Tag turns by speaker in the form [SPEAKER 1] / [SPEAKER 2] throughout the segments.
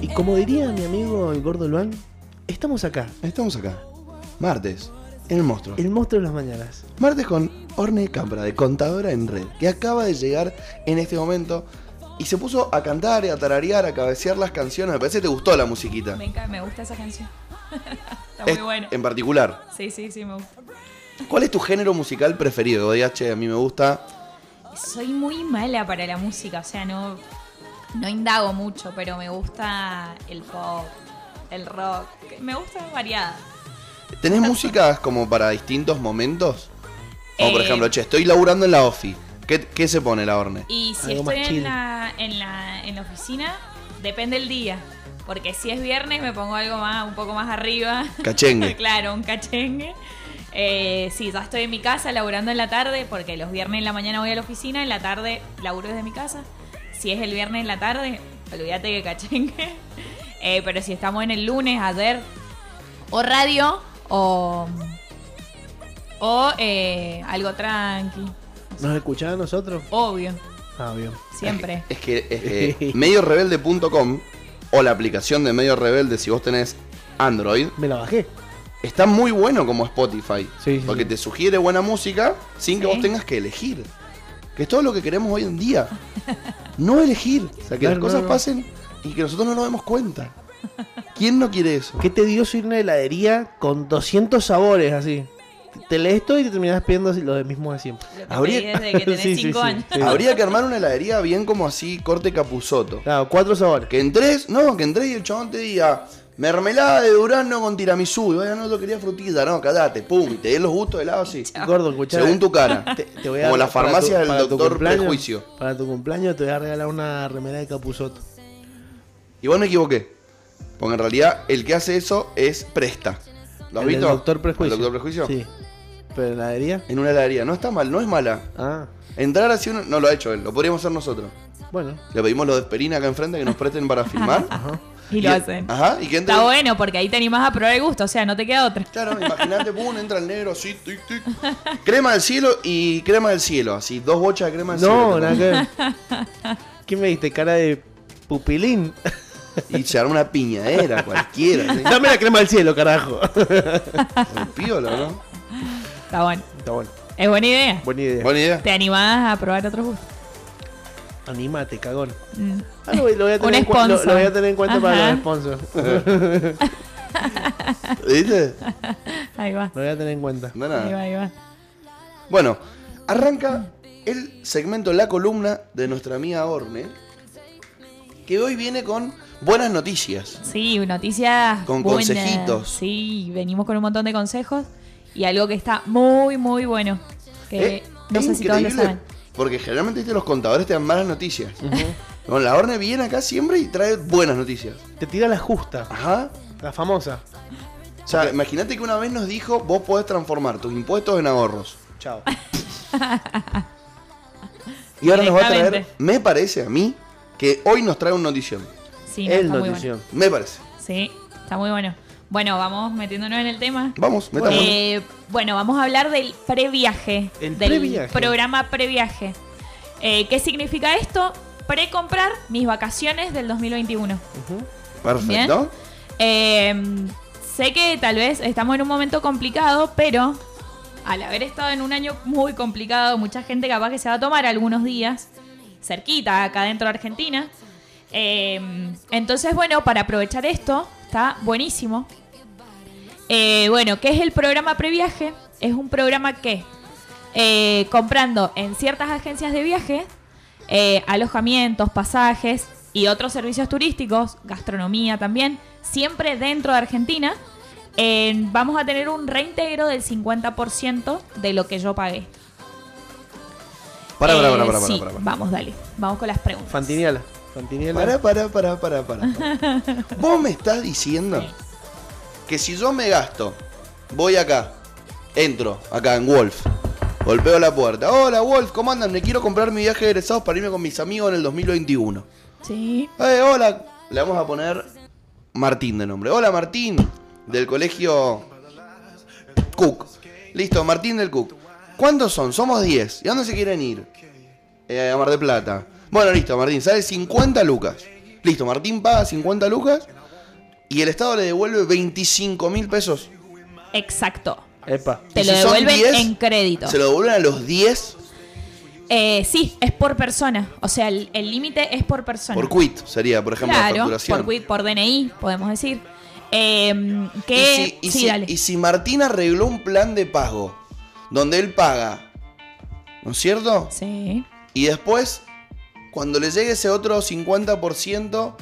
[SPEAKER 1] Y como diría mi amigo el gordo Luan, estamos acá,
[SPEAKER 2] Estamos acá. Martes, en el monstruo.
[SPEAKER 1] el monstruo de las mañanas.
[SPEAKER 2] Martes con Orne Cámara, de Contadora en Red, que acaba de llegar en este momento y se puso a cantar, a tararear, a cabecear las canciones. Me parece que te gustó la musiquita.
[SPEAKER 3] Me encanta, me gusta esa canción. Está
[SPEAKER 2] Es-
[SPEAKER 3] muy buena.
[SPEAKER 2] En particular.
[SPEAKER 3] Sí, sí, sí, me gusta.
[SPEAKER 2] ¿Cuál es tu género musical preferido? Que digas, che, a mí me gusta.
[SPEAKER 3] Soy muy mala para la música, o sea, no, no indago mucho, pero me gusta el pop, el rock. Me gusta variada.
[SPEAKER 2] ¿Tenés músicas como para distintos momentos? Como por
[SPEAKER 3] Eh.
[SPEAKER 2] ejemplo, che, estoy laburando en la OFI. ¿Qué, qué se pone la Orne?
[SPEAKER 3] Y si
[SPEAKER 1] Algo más
[SPEAKER 3] estoy
[SPEAKER 1] chill.
[SPEAKER 3] en la, en, la, en la oficina, depende el día. Porque si es viernes me pongo algo más, un poco más arriba.
[SPEAKER 2] Cachengue.
[SPEAKER 3] claro, un cachengue. Eh, sí, ya estoy en mi casa laburando en la tarde, porque los viernes en la mañana voy a la oficina, en la tarde laburo desde mi casa. Si es el viernes en la tarde, olvídate que cachengue. Eh, pero si estamos en el lunes, ayer, o radio, o, o eh, algo tranqui,
[SPEAKER 1] ¿Nos escuchaba a nosotros?
[SPEAKER 3] obvio,
[SPEAKER 1] Ah, bien.
[SPEAKER 3] siempre.
[SPEAKER 2] Es que, es que mediorebelde.com o la aplicación de Medio Rebelde, si vos tenés Android,
[SPEAKER 1] Me la bajé.
[SPEAKER 2] está muy bueno como Spotify.
[SPEAKER 1] Sí, sí,
[SPEAKER 2] porque
[SPEAKER 1] sí.
[SPEAKER 2] te sugiere buena música sin que
[SPEAKER 3] Sí.
[SPEAKER 2] vos tengas que elegir. Que es todo lo que queremos hoy en día. No elegir. O sea, que
[SPEAKER 1] Claro,
[SPEAKER 2] las
[SPEAKER 1] no,
[SPEAKER 2] cosas
[SPEAKER 1] no.
[SPEAKER 2] pasen y que nosotros no nos demos cuenta. ¿Quién no quiere eso?
[SPEAKER 1] Qué tedioso ir a una heladería con 200 sabores así. Te lees todo y te terminás pidiendo así lo mismo de siempre.
[SPEAKER 3] Lo que
[SPEAKER 2] Habría-
[SPEAKER 3] pedí desde que tenés
[SPEAKER 1] Sí, sí,
[SPEAKER 3] cinco
[SPEAKER 1] sí,
[SPEAKER 3] años.
[SPEAKER 1] sí.
[SPEAKER 2] Habría que armar una heladería bien como así, corte capuzoto.
[SPEAKER 1] Claro, cuatro sabores.
[SPEAKER 2] Que entres, no, que entres y el chabón te diga mermelada de durazno con tiramisú. Y vaya, no, yo quería frutilla, no, callate, pum, y te dé los gustos de helado así.
[SPEAKER 1] Gordo, escuchá.
[SPEAKER 2] Según tu cara.
[SPEAKER 1] Te, te voy a
[SPEAKER 2] Como
[SPEAKER 1] dar-
[SPEAKER 2] las
[SPEAKER 1] para tu-
[SPEAKER 2] farmacias
[SPEAKER 1] para
[SPEAKER 2] del
[SPEAKER 1] tu
[SPEAKER 2] doctor
[SPEAKER 1] cumpleaños-
[SPEAKER 2] prejuicio.
[SPEAKER 1] Para tu cumpleaños te voy a regalar una remera de capuzoto.
[SPEAKER 2] Y vos me equivoqué. Porque en realidad el que hace eso es presta. ¿Lo has
[SPEAKER 1] El del
[SPEAKER 2] visto?
[SPEAKER 1] doctor prejuicio.
[SPEAKER 2] ¿El doctor prejuicio?
[SPEAKER 1] Sí. ¿Pero heladería?
[SPEAKER 2] En una heladería. No está mal, no es mala.
[SPEAKER 1] Ah,
[SPEAKER 2] Entrar así uno- no lo ha hecho él, lo podríamos hacer nosotros.
[SPEAKER 1] bueno.
[SPEAKER 2] Le pedimos los de Esperina acá enfrente que nos presten para filmar.
[SPEAKER 3] Y lo hacen.
[SPEAKER 2] Ajá, y que entre.
[SPEAKER 3] Está bueno porque ahí te animás a probar el gusto, o sea, no te queda otra.
[SPEAKER 2] Claro, imagínate, pum, entra el negro así, tic, tic. Crema del cielo y crema del cielo, así, dos bochas de crema del
[SPEAKER 1] No,
[SPEAKER 2] cielo.
[SPEAKER 1] nada que ver. ¿Qué me diste? ¿Cara de pupilín?
[SPEAKER 2] Y se arma una piñadera cualquiera. ¿sí?
[SPEAKER 1] Dame la crema del cielo, carajo.
[SPEAKER 2] Muy Piola, ¿no?
[SPEAKER 3] Está bueno.
[SPEAKER 1] Está bueno.
[SPEAKER 3] Es buena idea.
[SPEAKER 1] Buena idea.
[SPEAKER 2] Buena idea.
[SPEAKER 3] Te animás a probar otros gustos.
[SPEAKER 1] Animate, cagón.
[SPEAKER 3] Mm.
[SPEAKER 1] Ah, lo, voy- lo voy a
[SPEAKER 3] Un
[SPEAKER 1] tener en cuen- lo-
[SPEAKER 3] sponsor.
[SPEAKER 1] lo voy a tener en cuenta para
[SPEAKER 3] Ajá.
[SPEAKER 1] los sponsors.
[SPEAKER 2] ¿Viste?
[SPEAKER 3] Ahí va.
[SPEAKER 1] Lo voy a tener en cuenta.
[SPEAKER 2] No, nada.
[SPEAKER 3] Ahí va, ahí va.
[SPEAKER 2] Bueno, arranca el segmento La Columna de nuestra amiga Orne, que hoy viene con buenas noticias.
[SPEAKER 3] Sí, noticias.
[SPEAKER 2] Con
[SPEAKER 3] buenas.
[SPEAKER 2] consejitos.
[SPEAKER 3] Sí, venimos con un montón de consejos y algo que está muy, muy bueno. Que
[SPEAKER 2] Eh,
[SPEAKER 3] no
[SPEAKER 2] es
[SPEAKER 3] sé si todos lo
[SPEAKER 2] increíble,
[SPEAKER 3] saben.
[SPEAKER 2] Porque generalmente ¿viste? los contadores te dan malas noticias. Bueno, la Orne viene acá siempre y trae buenas noticias.
[SPEAKER 1] Te tira la justa,
[SPEAKER 2] Ajá.
[SPEAKER 1] la famosa.
[SPEAKER 2] O sea, imagínate que una vez nos dijo, vos podés transformar tus impuestos en ahorros.
[SPEAKER 1] Chao.
[SPEAKER 2] Y ahora nos va a traer,
[SPEAKER 3] Directamente.
[SPEAKER 2] me parece a mí, que hoy nos trae un notición.
[SPEAKER 3] Sí, no,
[SPEAKER 1] El
[SPEAKER 3] está muy bueno.
[SPEAKER 1] notición.
[SPEAKER 2] Me parece.
[SPEAKER 3] Sí, está muy bueno. Bueno, vamos metiéndonos en el tema.
[SPEAKER 2] Vamos, metamos.
[SPEAKER 3] Eh, bueno, vamos a hablar del previaje.
[SPEAKER 1] El
[SPEAKER 3] del
[SPEAKER 1] previaje.
[SPEAKER 3] programa previaje. Eh, ¿Qué significa esto? Precomprar mis vacaciones del 2021.
[SPEAKER 1] Ujú.
[SPEAKER 2] Perfecto.
[SPEAKER 3] bien. Eh, sé que tal vez estamos en un momento complicado, pero al haber estado en un año muy complicado, mucha gente capaz que se va a tomar algunos días, cerquita, acá dentro de Argentina. Eh, entonces, bueno, para aprovechar esto, está buenísimo. Eh, bueno, ¿qué es el programa previaje? Es un programa que eh, comprando en ciertas agencias de viaje eh, alojamientos, pasajes y otros servicios turísticos, gastronomía también, siempre dentro de Argentina, eh, vamos a tener un reintegro del 50% de lo que yo pagué.
[SPEAKER 2] Para, para,
[SPEAKER 3] Eh,
[SPEAKER 2] para, para,
[SPEAKER 3] sí,
[SPEAKER 2] para, para.
[SPEAKER 3] Vamos, dale. Vamos con las preguntas.
[SPEAKER 1] Fantiniala. Fantiniala.
[SPEAKER 2] Pará, pará, pará, pará, pará. Vos me estás diciendo
[SPEAKER 3] Sí.
[SPEAKER 2] que si yo me gasto, voy acá, entro acá en Wolf, golpeo la puerta. Hola Wolf, ¿cómo andan? Me quiero comprar mi viaje de egresados para irme con mis amigos en el 2021.
[SPEAKER 3] Sí.
[SPEAKER 2] Eh, hola, le vamos a poner Martín de nombre. Hola Martín, del colegio Cook. Listo, Martín del Cook. ¿Cuántos son? Somos 10. ¿Y a dónde se quieren ir? Eh, a Mar de Plata. Bueno, listo, Martín, sale 50 lucas. Listo, Martín paga 50 lucas y el Estado le devuelve 25 mil pesos.
[SPEAKER 3] Exacto.
[SPEAKER 1] Epa.
[SPEAKER 3] Te
[SPEAKER 2] Y
[SPEAKER 3] lo
[SPEAKER 2] si son
[SPEAKER 3] devuelven
[SPEAKER 2] 10,
[SPEAKER 3] en crédito.
[SPEAKER 2] Se lo devuelven a los 10
[SPEAKER 3] Eh, sí, es por persona. O sea, el el límite es por persona.
[SPEAKER 2] por quit, sería, por ejemplo, la
[SPEAKER 3] Claro,
[SPEAKER 2] facturación.
[SPEAKER 3] por, quit, por DNI, podemos decir. Eh,
[SPEAKER 2] Y
[SPEAKER 3] que,
[SPEAKER 2] si- y
[SPEAKER 3] sí,
[SPEAKER 2] si-
[SPEAKER 3] dale.
[SPEAKER 2] y si Martín arregló un plan de pago donde él paga, ¿no es cierto?
[SPEAKER 3] Sí.
[SPEAKER 2] Y después, cuando le llegue ese otro 50%,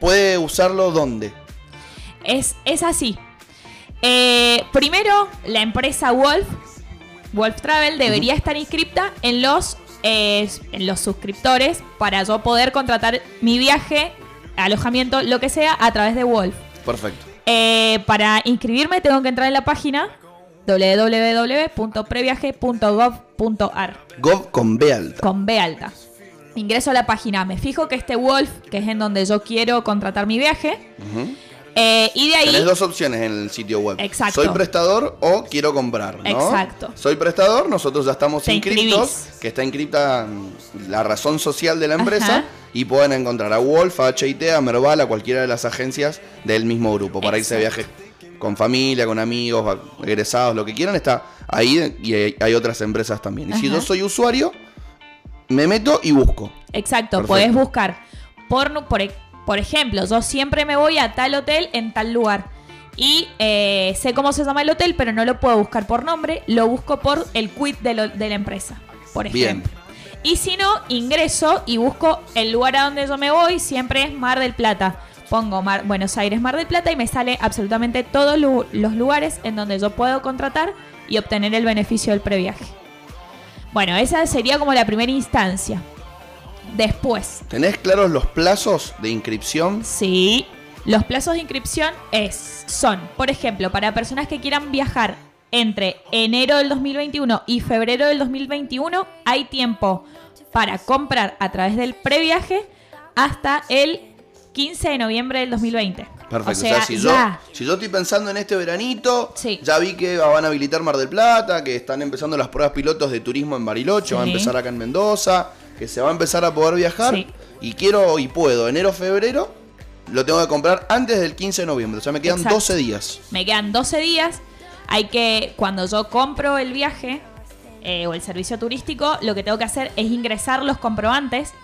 [SPEAKER 2] puede usarlo donde.
[SPEAKER 3] Es, es así. Eh, primero, la empresa Wolf, Wolf Travel, debería estar inscripta en los, eh, en los suscriptores para yo poder contratar mi viaje, alojamiento, lo que sea, a través de Wolf.
[SPEAKER 2] Perfecto.
[SPEAKER 3] Eh, para inscribirme tengo que entrar en la página www.previaje.gov.ar
[SPEAKER 2] Gov con B alta.
[SPEAKER 3] con B alta. Ingreso a la página, me fijo que este Wolf, que es en donde yo quiero contratar mi viaje,
[SPEAKER 2] Ujú.
[SPEAKER 3] eh, y de ahí...
[SPEAKER 2] Tenés dos opciones en el sitio web.
[SPEAKER 3] Exacto.
[SPEAKER 2] Soy prestador o quiero comprar, ¿no?
[SPEAKER 3] Exacto.
[SPEAKER 2] Soy prestador, nosotros ya estamos
[SPEAKER 3] Te
[SPEAKER 2] inscritos,
[SPEAKER 3] inscribís.
[SPEAKER 2] que está inscripta mm, la razón social de la empresa.
[SPEAKER 3] Ajá.
[SPEAKER 2] Y pueden encontrar a Wolf, a HIT, a Merval, a cualquiera de las agencias del mismo grupo para irse de
[SPEAKER 3] Exacto.
[SPEAKER 2] viaje con familia, con amigos, a- egresados, lo que quieran, está ahí y hay- hay otras empresas también. Y si
[SPEAKER 3] Ajá.
[SPEAKER 2] yo soy usuario, me meto y busco.
[SPEAKER 3] Exacto,
[SPEAKER 2] Perfecto.
[SPEAKER 3] podés buscar porno, por, e- por ejemplo, yo siempre me voy a tal hotel en tal lugar. Y eh, sé cómo se llama el hotel, pero no lo puedo buscar por nombre, lo busco por el quit de, lo- de la empresa, por
[SPEAKER 2] Bien.
[SPEAKER 3] ejemplo. Y si no, ingreso y busco el lugar a donde yo me voy, siempre es Mar del Plata. Pongo Mar- Buenos Aires, Mar del Plata y me sale absolutamente todos lu- los lugares en donde yo puedo contratar y obtener el beneficio del previaje. Bueno, esa sería como la primera instancia. Después,
[SPEAKER 2] ¿Tenés claros los plazos de inscripción?
[SPEAKER 3] sí, los plazos de inscripción es, son, por ejemplo, para personas que quieran viajar entre enero del 2021 y febrero del 2021, hay tiempo para comprar a través del previaje hasta el 15 de noviembre del 2020.
[SPEAKER 2] Perfecto,
[SPEAKER 3] O sea,
[SPEAKER 2] si,
[SPEAKER 3] ya.
[SPEAKER 2] Yo, si yo estoy pensando en este veranito,
[SPEAKER 3] Sí.
[SPEAKER 2] ya vi que van a habilitar Mar del Plata, que están empezando las pruebas pilotos de turismo en Bariloche, va a
[SPEAKER 3] Sí.
[SPEAKER 2] empezar acá en Mendoza, que se va a empezar a poder viajar.
[SPEAKER 3] Sí.
[SPEAKER 2] Y quiero y puedo, enero, febrero, lo tengo que comprar antes del 15 de noviembre, o sea, me quedan
[SPEAKER 3] Exacto.
[SPEAKER 2] 12 días.
[SPEAKER 3] Me quedan 12 días. Hay que, cuando yo compro el viaje eh, o el servicio turístico, lo que tengo que hacer es ingresar los comprobantes.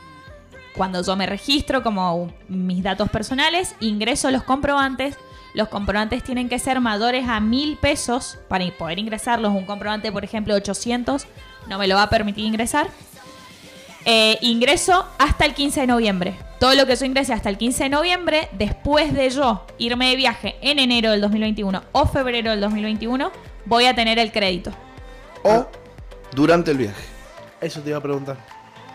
[SPEAKER 3] Cuando yo me registro como u- mis datos personales, ingreso los comprobantes. Los comprobantes tienen que ser mayores a mil pesos para i- poder ingresarlos. Un comprobante, por ejemplo, 800, no me lo va a permitir ingresar. Eh, ingreso hasta el 15 de noviembre. Todo lo que yo ingrese hasta el 15 de noviembre, después de yo irme de viaje en enero del 2021 o febrero del 2021, voy a tener el crédito. Ah.
[SPEAKER 2] O durante el viaje.
[SPEAKER 1] Eso te iba a preguntar.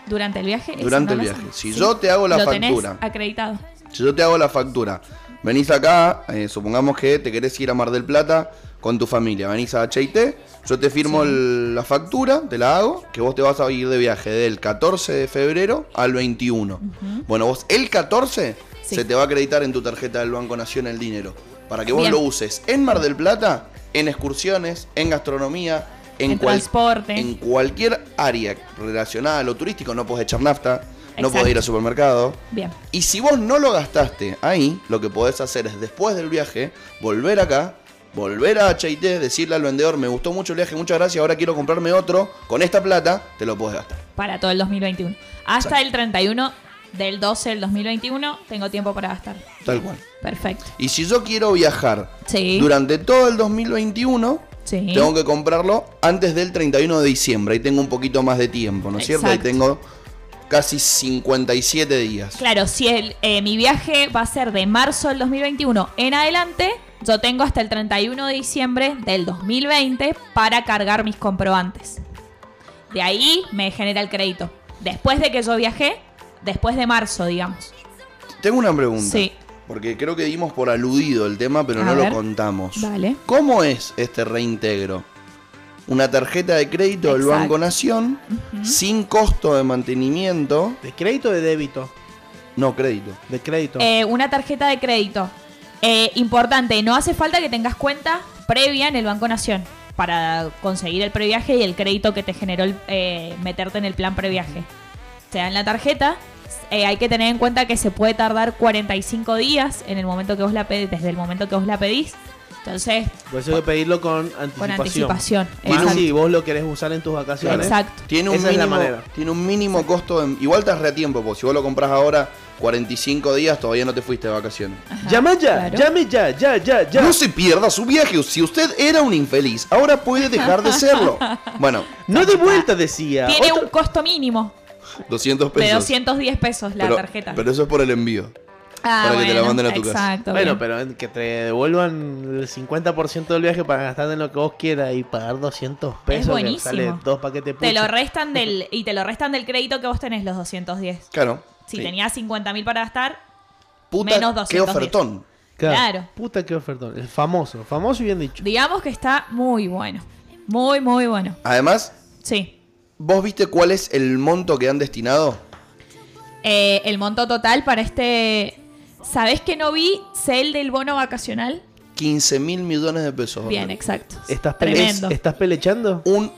[SPEAKER 3] Durante el viaje. eso
[SPEAKER 2] Durante
[SPEAKER 3] no
[SPEAKER 2] el
[SPEAKER 3] lo
[SPEAKER 2] viaje.
[SPEAKER 3] sé.
[SPEAKER 2] Si yo te hago la
[SPEAKER 3] lo
[SPEAKER 2] factura.
[SPEAKER 3] Tenés acreditado.
[SPEAKER 2] Si yo te hago la factura, venís acá, eh, supongamos que te querés ir a Mar del Plata con tu familia, venís a HIT, yo te firmo el- la factura, te la hago, que vos te vas a ir de viaje del 14 de febrero al 21. Bueno, vos el 14
[SPEAKER 3] Sí.
[SPEAKER 2] se te va a acreditar en tu tarjeta del Banco Nación el dinero, para que vos
[SPEAKER 3] Bien.
[SPEAKER 2] lo uses en Mar del Plata, en excursiones, en gastronomía, en,
[SPEAKER 3] En
[SPEAKER 2] cual-
[SPEAKER 3] transporte.
[SPEAKER 2] En cualquier área relacionada a lo turístico, no podés echar nafta, no
[SPEAKER 3] Exacto.
[SPEAKER 2] podés ir al supermercado.
[SPEAKER 3] Bien.
[SPEAKER 2] Y si vos no lo gastaste ahí, lo que podés hacer es después del viaje, volver acá, volver a HIT, decirle al vendedor, me gustó mucho el viaje, muchas gracias, ahora quiero comprarme otro, con esta plata te lo podés gastar.
[SPEAKER 3] Para todo el 2021. Hasta el 31 del 12 del 2021 tengo tiempo para gastar.
[SPEAKER 2] Tal cual.
[SPEAKER 3] Perfecto.
[SPEAKER 2] Y si yo quiero viajar
[SPEAKER 3] Sí.
[SPEAKER 2] durante todo el 2021,
[SPEAKER 3] Sí.
[SPEAKER 2] tengo que comprarlo antes del 31 de diciembre. Ahí tengo un poquito más de tiempo, ¿no es cierto? Ahí
[SPEAKER 3] Exacto.
[SPEAKER 2] tengo casi 57 días.
[SPEAKER 3] Claro, si el, eh, mi viaje va a ser de marzo del 2021 en adelante, yo tengo hasta el 31 de diciembre del 2020 para cargar mis comprobantes. De ahí me genera el crédito. Después de que yo viajé, después de marzo, digamos.
[SPEAKER 2] Tengo una pregunta.
[SPEAKER 3] Sí.
[SPEAKER 2] Porque creo que dimos por aludido el tema, pero
[SPEAKER 3] A
[SPEAKER 2] no
[SPEAKER 3] ver.
[SPEAKER 2] lo contamos.
[SPEAKER 3] Vale.
[SPEAKER 2] ¿Cómo es este reintegro? Una tarjeta de crédito del
[SPEAKER 3] Exacto.
[SPEAKER 2] Banco Nación sin costo de mantenimiento,
[SPEAKER 1] ¿De crédito o de débito?
[SPEAKER 2] no crédito.
[SPEAKER 1] De crédito.
[SPEAKER 3] Eh, una tarjeta de crédito. Eh, importante, no hace falta que tengas cuenta previa en el Banco Nación para conseguir el previaje y el crédito que te generó el, eh, meterte en el plan previaje. Te dan la tarjeta eh, hay que tener en cuenta que se puede tardar 45 días en el momento que vos la pedís, desde el momento que vos la pedís. Entonces,
[SPEAKER 1] Por eso hay que pedirlo con anticipación.
[SPEAKER 3] con anticipación.
[SPEAKER 1] Más
[SPEAKER 3] Exacto.
[SPEAKER 1] si vos lo querés usar en tus vacaciones.
[SPEAKER 3] Exacto.
[SPEAKER 2] Tiene un,
[SPEAKER 1] Esa es la
[SPEAKER 2] mínimo,
[SPEAKER 1] manera.
[SPEAKER 2] tiene un mínimo costo. en- igual te re a tiempo, porque si vos lo compras ahora 45 días, todavía no te fuiste de vacaciones.
[SPEAKER 3] Ajá,
[SPEAKER 1] Llama ya,
[SPEAKER 3] claro.
[SPEAKER 1] llame ya, ya, ya, ya.
[SPEAKER 2] No se pierda su viaje. Si usted era un infeliz, ahora puede dejar de serlo. Bueno,
[SPEAKER 1] No de vuelta, decía.
[SPEAKER 3] Tiene
[SPEAKER 1] Otro-
[SPEAKER 3] un costo mínimo
[SPEAKER 2] 200 pesos.
[SPEAKER 3] de 210 pesos la
[SPEAKER 2] pero,
[SPEAKER 3] tarjeta.
[SPEAKER 2] Pero eso es por el envío.
[SPEAKER 3] Ah,
[SPEAKER 2] para que te la manden a tu casa.
[SPEAKER 3] exacto,
[SPEAKER 1] Bueno,
[SPEAKER 3] bien.
[SPEAKER 1] pero que te devuelvan el 50% del viaje para gastar en lo que vos quieras y pagar 200 pesos. Que
[SPEAKER 3] buenísimo.
[SPEAKER 1] sale dos paquetes
[SPEAKER 3] Te lo
[SPEAKER 1] pucho.
[SPEAKER 3] restan del y te lo restan del crédito que vos tenés los 210.
[SPEAKER 2] Claro.
[SPEAKER 3] Si
[SPEAKER 2] Sí.
[SPEAKER 3] tenías 50 mil para gastar,
[SPEAKER 2] Puta,
[SPEAKER 3] menos
[SPEAKER 2] qué
[SPEAKER 3] 210.
[SPEAKER 2] ofertón.
[SPEAKER 3] claro.
[SPEAKER 1] Puta que ofertón. El famoso, famoso y bien dicho.
[SPEAKER 3] digamos que está muy bueno. Muy, muy bueno.
[SPEAKER 2] Además,
[SPEAKER 3] Sí.
[SPEAKER 2] ¿vos viste cuál es el monto que han destinado?
[SPEAKER 3] Eh, el monto total para este. ¿Sabés que no vi? Sé el del bono vacacional.
[SPEAKER 2] 15 mil millones de pesos.
[SPEAKER 3] Bien,
[SPEAKER 2] Orlando.
[SPEAKER 3] exacto.
[SPEAKER 1] ¿Estás, pele-
[SPEAKER 3] tremendo.
[SPEAKER 1] ¿Estás pelechando?
[SPEAKER 2] Un,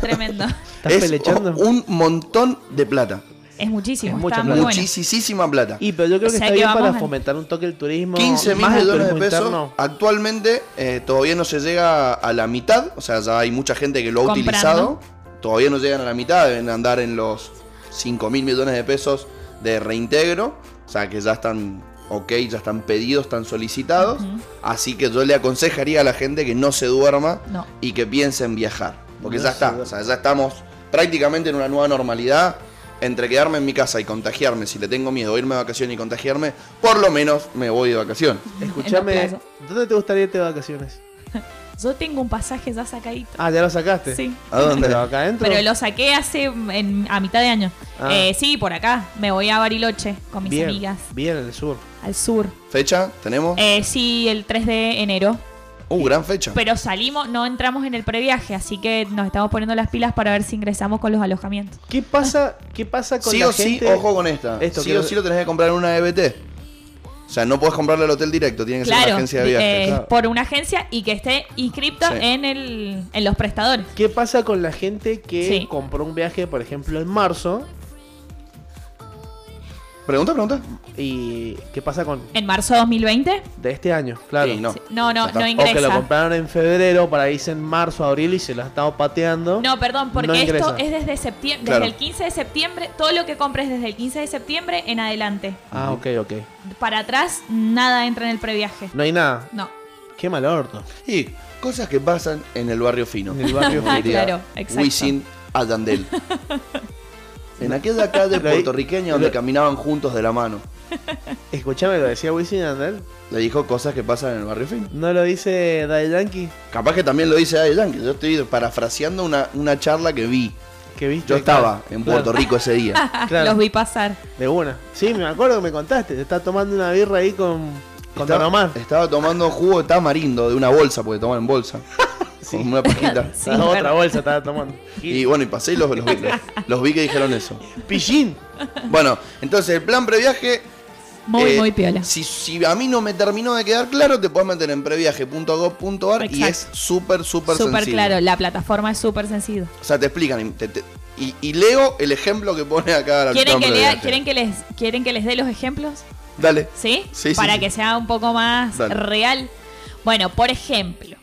[SPEAKER 3] tremendo.
[SPEAKER 1] ¿Estás
[SPEAKER 2] es
[SPEAKER 1] pelechando?
[SPEAKER 2] un montón de plata.
[SPEAKER 3] Es muchísimo.
[SPEAKER 1] Es
[SPEAKER 3] está
[SPEAKER 1] mucha
[SPEAKER 3] Ah, muy
[SPEAKER 1] plata.
[SPEAKER 3] bueno.
[SPEAKER 2] Muchísima plata.
[SPEAKER 1] Y pero yo creo
[SPEAKER 3] O
[SPEAKER 1] que
[SPEAKER 3] sea
[SPEAKER 1] está
[SPEAKER 3] que
[SPEAKER 1] bien
[SPEAKER 3] vamos
[SPEAKER 1] para
[SPEAKER 3] al-
[SPEAKER 1] fomentar un toque el turismo.
[SPEAKER 2] 15 mil
[SPEAKER 1] más el
[SPEAKER 2] millones de
[SPEAKER 1] turismo
[SPEAKER 2] pesos.
[SPEAKER 1] interno.
[SPEAKER 2] Actualmente eh, todavía no se llega a la mitad. O sea, ya hay mucha gente que lo ha
[SPEAKER 3] Comprando.
[SPEAKER 2] utilizado. Todavía no llegan a la mitad. Deben andar en los 5 mil millones de pesos de reintegro. O sea, que ya están ok, ya están pedidos, están solicitados. Así que yo le aconsejaría a la gente que no se duerma
[SPEAKER 3] No.
[SPEAKER 2] y que piense en viajar. Porque
[SPEAKER 1] No
[SPEAKER 2] ya
[SPEAKER 1] se
[SPEAKER 2] está.
[SPEAKER 1] duerma.
[SPEAKER 2] O sea, ya estamos prácticamente en una nueva normalidad. Entre quedarme en mi casa y contagiarme, si le tengo miedo, irme de vacaciones y contagiarme, por lo menos me voy de vacaciones.
[SPEAKER 1] Escúchame,
[SPEAKER 3] En la
[SPEAKER 1] ¿dónde te gustaría irte de vacaciones?
[SPEAKER 3] Yo tengo un pasaje ya sacadito.
[SPEAKER 1] Ah, ya lo sacaste.
[SPEAKER 3] Sí.
[SPEAKER 2] ¿A dónde?
[SPEAKER 1] Pero acá adentro.
[SPEAKER 3] Pero lo saqué hace en- a mitad de año.
[SPEAKER 1] Ah.
[SPEAKER 3] Eh, sí, por acá. Me voy a Bariloche con mis
[SPEAKER 1] bien,
[SPEAKER 3] amigas.
[SPEAKER 1] bien, en el sur.
[SPEAKER 3] Al sur.
[SPEAKER 2] ¿Fecha? ¿Tenemos?
[SPEAKER 3] Eh, sí, el 3 de enero.
[SPEAKER 2] uh, gran fecha.
[SPEAKER 3] Pero salimos, no entramos en el previaje, así que nos estamos poniendo las pilas para ver si ingresamos con los alojamientos.
[SPEAKER 1] ¿Qué pasa, qué pasa con
[SPEAKER 2] Sí
[SPEAKER 1] la
[SPEAKER 2] o sí,
[SPEAKER 1] gente?
[SPEAKER 2] ojo con esta.
[SPEAKER 1] Esto
[SPEAKER 2] sí
[SPEAKER 1] quiero-
[SPEAKER 2] o sí lo tenés que comprar en una EBT. O sea, no podés comprarle al hotel directo, tiene que ser
[SPEAKER 3] Claro,
[SPEAKER 2] una agencia de viajes.
[SPEAKER 3] eh,
[SPEAKER 1] claro.
[SPEAKER 3] por una agencia y que esté inscripta
[SPEAKER 2] Sí.
[SPEAKER 3] en, el, en los prestadores.
[SPEAKER 1] ¿Qué pasa con la gente que
[SPEAKER 3] Sí.
[SPEAKER 1] compró un viaje, por ejemplo, en marzo?
[SPEAKER 2] Pregunta, pregunta.
[SPEAKER 1] ¿Y qué pasa con
[SPEAKER 3] En marzo de 2020,
[SPEAKER 1] de este año? Claro.
[SPEAKER 2] Sí, no.
[SPEAKER 3] Sí. No, no,
[SPEAKER 2] Ya está.
[SPEAKER 3] no
[SPEAKER 1] O que lo
[SPEAKER 3] ingresa.
[SPEAKER 1] compraron en febrero para irse en marzo, abril y se lo han estado pateando.
[SPEAKER 3] no, perdón, porque
[SPEAKER 1] No
[SPEAKER 3] esto
[SPEAKER 1] ingresa.
[SPEAKER 3] es desde septiembre,
[SPEAKER 2] Claro.
[SPEAKER 3] desde el 15 de septiembre, todo lo que compres desde el 15 de septiembre en adelante.
[SPEAKER 1] Ah, ok, ok.
[SPEAKER 3] Para atrás, nada entra en el previaje.
[SPEAKER 1] No hay nada.
[SPEAKER 3] No.
[SPEAKER 1] Qué mal orto.
[SPEAKER 2] Y cosas que pasan en el barrio fino.
[SPEAKER 1] En el barrio
[SPEAKER 2] Como
[SPEAKER 1] fino.
[SPEAKER 2] diría
[SPEAKER 3] Claro, exacto.
[SPEAKER 2] Wisin Yandel. En aquella calle
[SPEAKER 1] Lo-
[SPEAKER 2] puertorriqueña donde
[SPEAKER 1] lo-
[SPEAKER 2] caminaban juntos de la mano.
[SPEAKER 1] Escúchame, lo decía Wisin Andel.
[SPEAKER 2] Le dijo cosas que pasan en el barrio fino.
[SPEAKER 1] No lo dice Daddy Yankee.
[SPEAKER 2] Capaz que también lo dice Daddy Yankee. Yo estoy parafraseando una, una charla que vi.
[SPEAKER 1] Que viste.
[SPEAKER 2] Yo estaba en
[SPEAKER 1] Claro,
[SPEAKER 2] Puerto Rico ese día.
[SPEAKER 1] Claro.
[SPEAKER 3] Los vi pasar.
[SPEAKER 1] De una. Sí, me acuerdo que me contaste. Te estás tomando una birra ahí con. Con Don Omar.
[SPEAKER 2] estaba, estaba tomando jugo de tamarindo de una bolsa, porque toman en bolsa.
[SPEAKER 1] Sí.
[SPEAKER 2] Con una pajita.
[SPEAKER 3] Sí,
[SPEAKER 1] Ah,
[SPEAKER 3] pero-
[SPEAKER 1] otra bolsa estaba tomando.
[SPEAKER 2] Y bueno, y pasé y los, los vi, los- los vi que dijeron eso.
[SPEAKER 1] Pillín.
[SPEAKER 2] Bueno, entonces el plan previaje.
[SPEAKER 3] Muy,
[SPEAKER 2] eh,
[SPEAKER 3] muy piola.
[SPEAKER 2] Si, si a mí no me terminó de quedar claro, te puedes meter en previaje.gov.ar y es
[SPEAKER 3] Exacto.
[SPEAKER 2] súper, súper
[SPEAKER 3] Súper
[SPEAKER 2] sencillo.
[SPEAKER 3] claro, la plataforma es súper sencilla.
[SPEAKER 2] O sea, te explican. y te- te- y, y leo el ejemplo que pone acá la
[SPEAKER 3] ¿Quieren que,
[SPEAKER 2] plan
[SPEAKER 3] lea-
[SPEAKER 2] previaje.
[SPEAKER 3] ¿quieren, que les, ¿Quieren que les dé los ejemplos?
[SPEAKER 2] Dale.
[SPEAKER 3] ¿Sí?
[SPEAKER 2] Sí, sí,
[SPEAKER 3] Para
[SPEAKER 2] sí.
[SPEAKER 3] que sea un poco más
[SPEAKER 2] Dale.
[SPEAKER 3] real. Bueno, por ejemplo,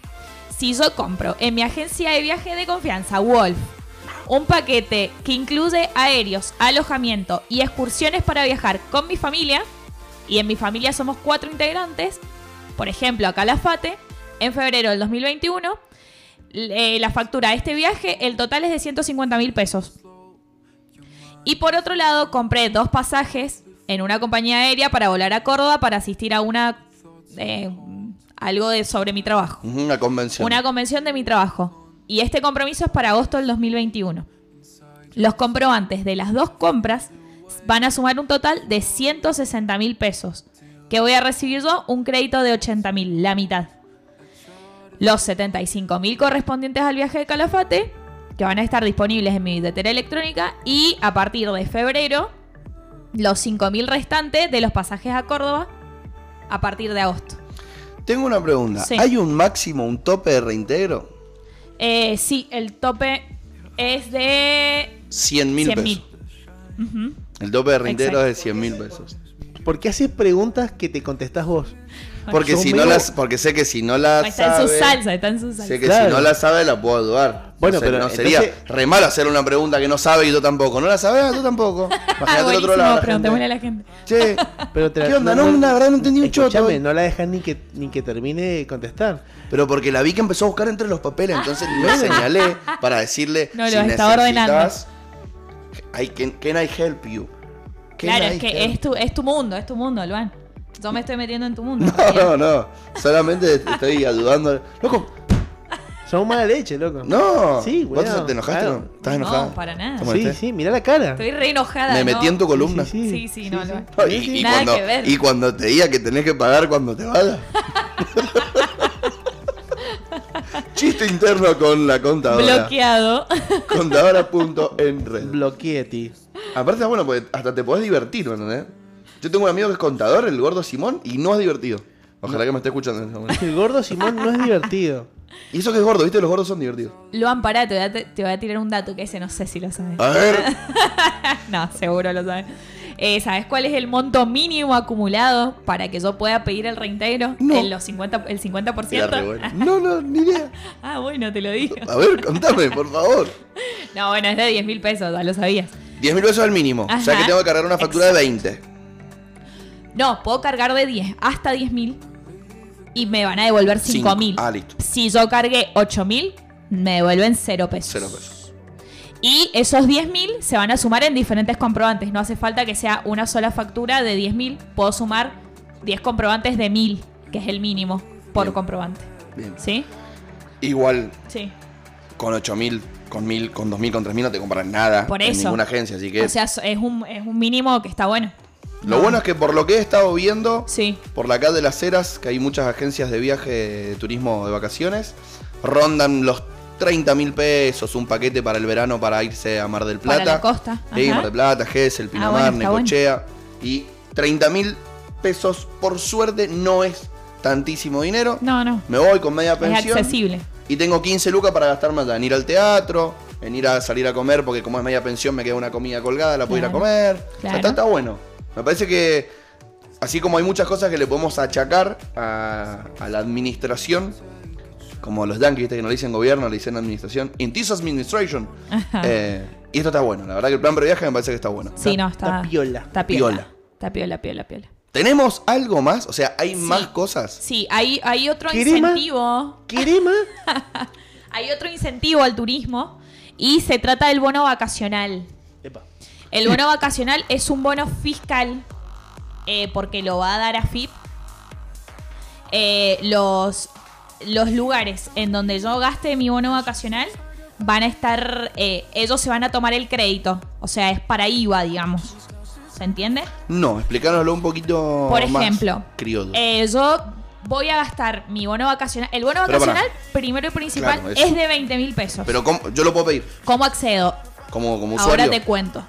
[SPEAKER 3] si yo compro en mi agencia de viaje de confianza, Wolf, un paquete que incluye aéreos, alojamiento y excursiones para viajar con mi familia, y en mi familia somos cuatro integrantes, por ejemplo, a Calafate, en febrero del 2021, eh, la factura de este viaje, el total es de 150 mil pesos. Y por otro lado, compré dos pasajes en una compañía aérea para volar a Córdoba para asistir a una. eh, algo de, sobre mi trabajo.
[SPEAKER 2] Ujú, Una convención.
[SPEAKER 3] Una convención de mi trabajo. Y este compromiso es para agosto del 2021. Los comprobantes de las dos compras van a sumar un total de 160 mil pesos. Que voy a recibir yo un crédito de 80 mil, la mitad. Los 75 mil correspondientes al viaje de Calafate, que van a estar disponibles en mi billetera electrónica. Y a partir de febrero, los 5 mil restantes de los pasajes a Córdoba a partir de agosto.
[SPEAKER 2] Tengo una pregunta.
[SPEAKER 3] Sí.
[SPEAKER 2] ¿Hay un máximo, un tope de reintegro?
[SPEAKER 3] Eh, sí, el tope es de
[SPEAKER 2] 100 mil
[SPEAKER 3] 100
[SPEAKER 2] pesos.
[SPEAKER 3] mil.
[SPEAKER 2] El tope de rindero
[SPEAKER 3] Exacto.
[SPEAKER 2] es de 100 mil pesos.
[SPEAKER 1] ¿Por qué haces preguntas que te contestás vos?
[SPEAKER 2] Porque
[SPEAKER 1] Son
[SPEAKER 2] si no
[SPEAKER 1] medio-
[SPEAKER 2] las, porque sé que si no la
[SPEAKER 3] Ahí está en su
[SPEAKER 2] sabe-
[SPEAKER 3] salsa, está en su salsa.
[SPEAKER 2] Sé que
[SPEAKER 1] Claro.
[SPEAKER 2] si no la sabe, la puedo dudar.
[SPEAKER 1] Bueno,
[SPEAKER 2] No sé,
[SPEAKER 1] pero
[SPEAKER 2] no sería
[SPEAKER 1] entonces-
[SPEAKER 2] re malo hacer una pregunta que no sabe y tú tampoco. ¿No la sabes? Ah, Tú tampoco.
[SPEAKER 3] Ah,
[SPEAKER 2] Imagínate el
[SPEAKER 3] buenísimo,
[SPEAKER 2] otro lado. la
[SPEAKER 3] preguntémosle a
[SPEAKER 2] gente.
[SPEAKER 3] la gente.
[SPEAKER 2] Che,
[SPEAKER 1] Pero te
[SPEAKER 2] ¿qué onda? No, la verdad no entendí un choto.
[SPEAKER 1] Escuchame, no la dejas ni que, ni que termine de contestar.
[SPEAKER 2] Pero porque la vi que empezó a buscar entre los papeles, entonces me señalé para decirle
[SPEAKER 3] No, lo
[SPEAKER 2] si
[SPEAKER 3] estaba ordenando.
[SPEAKER 2] necesitas, I can, can I help you? Can
[SPEAKER 3] Claro,
[SPEAKER 2] I
[SPEAKER 3] es que
[SPEAKER 2] help-
[SPEAKER 3] es tu, es tu mundo, es tu mundo, Luan. Yo me estoy metiendo en tu mundo.
[SPEAKER 2] No, no, no. Solamente estoy ayudando. Loco,
[SPEAKER 1] Son mala leche, loco.
[SPEAKER 2] no.
[SPEAKER 1] Sí,
[SPEAKER 2] ¿Vos
[SPEAKER 1] weón,
[SPEAKER 2] te enojaste?
[SPEAKER 1] claro.
[SPEAKER 2] No, ¿Estás
[SPEAKER 3] No,
[SPEAKER 2] enojada?
[SPEAKER 3] para nada.
[SPEAKER 1] Sí,
[SPEAKER 2] ¿Te molesté?
[SPEAKER 1] sí, mira la cara.
[SPEAKER 3] Estoy re enojada.
[SPEAKER 2] Me
[SPEAKER 3] ¿no?
[SPEAKER 2] metí en tu columna.
[SPEAKER 1] Sí, sí,
[SPEAKER 3] Sí, sí, no, Luan.
[SPEAKER 2] No, y, y
[SPEAKER 3] Nada
[SPEAKER 2] cuando,
[SPEAKER 3] que ver.
[SPEAKER 2] y cuando te diga que tenés que pagar cuando te vayas. Chiste interno con la contadora.
[SPEAKER 3] Bloqueado.
[SPEAKER 2] Contadora.enred.
[SPEAKER 1] Bloqueati.
[SPEAKER 2] Aparte, está bueno, porque hasta te podés divertir, ¿me ¿entendés? Yo tengo un amigo que es contador, el gordo Simón, y no es divertido. Ojalá que me esté escuchando en este momento.
[SPEAKER 1] El gordo Simón no es divertido.
[SPEAKER 2] Y eso que es gordo, ¿viste? Los gordos son divertidos.
[SPEAKER 3] Luan, pará, te voy, a, te voy a tirar un dato que ese no sé si lo sabes.
[SPEAKER 2] A ver. Ah.
[SPEAKER 3] No, seguro lo sabes. Eh, ¿Sabes cuál es el monto mínimo acumulado para que yo pueda pedir el reintegro?
[SPEAKER 2] No.
[SPEAKER 3] El, los 50, el 50%.
[SPEAKER 2] Era re bueno. No, no, ni idea.
[SPEAKER 3] Ah, bueno, te lo digo.
[SPEAKER 2] A ver, contame, por favor.
[SPEAKER 3] No, bueno, es de 10 mil pesos, ya lo sabías.
[SPEAKER 2] 10 mil pesos al mínimo. O sea
[SPEAKER 3] Ajá.
[SPEAKER 2] que tengo que cargar una factura de 20.
[SPEAKER 3] No, puedo cargar de 10 hasta 10 mil y me van a devolver 5
[SPEAKER 2] Cinco.
[SPEAKER 3] mil.
[SPEAKER 2] Ah, listo.
[SPEAKER 3] Si yo cargué 8 mil, me devuelven 0 pesos.
[SPEAKER 2] Cero pesos.
[SPEAKER 3] Y esos 10 mil se van a sumar en diferentes comprobantes. No hace falta que sea una sola factura de 10 mil. Puedo sumar 10 comprobantes de mil, que es el mínimo por
[SPEAKER 2] Bien.
[SPEAKER 3] comprobante.
[SPEAKER 2] Bien.
[SPEAKER 3] ¿Sí?
[SPEAKER 2] Igual,
[SPEAKER 3] Sí.
[SPEAKER 2] con 8 mil, con mil, con 2 mil, con 3 mil no te compran nada.
[SPEAKER 3] Por
[SPEAKER 2] En
[SPEAKER 3] eso.
[SPEAKER 2] ninguna agencia, así que.
[SPEAKER 3] O sea, es un, es un mínimo que está bueno.
[SPEAKER 2] lo bueno es que por lo que he estado viendo,
[SPEAKER 3] Sí.
[SPEAKER 2] por la calle de las Heras, que hay muchas agencias de viaje, de turismo, de vacaciones, rondan los 30 mil pesos, un paquete para el verano para irse a Mar del
[SPEAKER 3] Para
[SPEAKER 2] Plata.
[SPEAKER 3] la costa,
[SPEAKER 2] Sí,
[SPEAKER 3] ajá. Ah,
[SPEAKER 2] Mar del Plata, Gesell, Pinamar,
[SPEAKER 3] bueno, está bueno.
[SPEAKER 2] Necochea. Y 30 mil pesos, por suerte, no es tantísimo dinero.
[SPEAKER 3] No, no.
[SPEAKER 2] Me voy con media
[SPEAKER 3] Es
[SPEAKER 2] pensión.
[SPEAKER 3] accesible.
[SPEAKER 2] Y tengo 15 lucas para gastarme allá, en ir al teatro, en ir a salir a comer, porque como es media pensión me queda una comida colgada, la puedo ir a
[SPEAKER 3] Claro,
[SPEAKER 2] comer. O sea,
[SPEAKER 3] claro.
[SPEAKER 2] está, está bueno. Me parece que, así como hay muchas cosas que le podemos achacar a, a la administración, como los yankees, viste que no le dicen gobierno, le dicen administración, in this administration.
[SPEAKER 3] Ajá.
[SPEAKER 2] Eh, y esto está bueno, la verdad que el plan previaje me parece que está bueno.
[SPEAKER 3] Sí, no, está.
[SPEAKER 1] Está piola.
[SPEAKER 3] Está piola.
[SPEAKER 2] Piola.
[SPEAKER 3] Está piola, piola, piola.
[SPEAKER 2] ¿Tenemos algo más? O sea, ¿hay
[SPEAKER 3] Sí.
[SPEAKER 2] más cosas?
[SPEAKER 3] Sí, hay, hay otro
[SPEAKER 1] ¿Querema?
[SPEAKER 3] incentivo.
[SPEAKER 1] ¿Querema?
[SPEAKER 3] Hay otro incentivo al turismo y se trata del bono vacacional.
[SPEAKER 1] Epa.
[SPEAKER 3] El bono vacacional es un bono fiscal eh, porque lo va a dar a FIP. Eh, los, los lugares en donde yo gaste mi bono vacacional van a estar, eh, ellos se van a tomar el crédito. O sea, es para IVA, digamos. ¿Se entiende?
[SPEAKER 2] No, explícanoslo un poquito
[SPEAKER 3] Por
[SPEAKER 2] más
[SPEAKER 3] ejemplo,
[SPEAKER 2] criollo.
[SPEAKER 3] eh, yo voy a gastar mi bono vacacional. El bono
[SPEAKER 2] Pero pará.
[SPEAKER 3] vacacional, primero y principal,
[SPEAKER 2] Claro, eso.
[SPEAKER 3] es de 20 mil pesos.
[SPEAKER 2] Pero ¿cómo? yo lo puedo pedir
[SPEAKER 3] ¿Cómo accedo?
[SPEAKER 2] como, como usuario.
[SPEAKER 3] Ahora te cuento.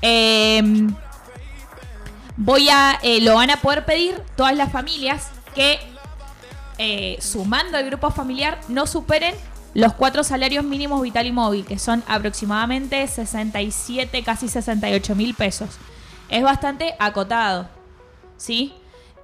[SPEAKER 3] Eh, voy a. eh, lo van a poder pedir todas las familias que, eh, sumando al grupo familiar, no superen los cuatro salarios mínimos vital y móvil, que son aproximadamente 67, casi 68 mil pesos. Es bastante acotado. ¿Sí?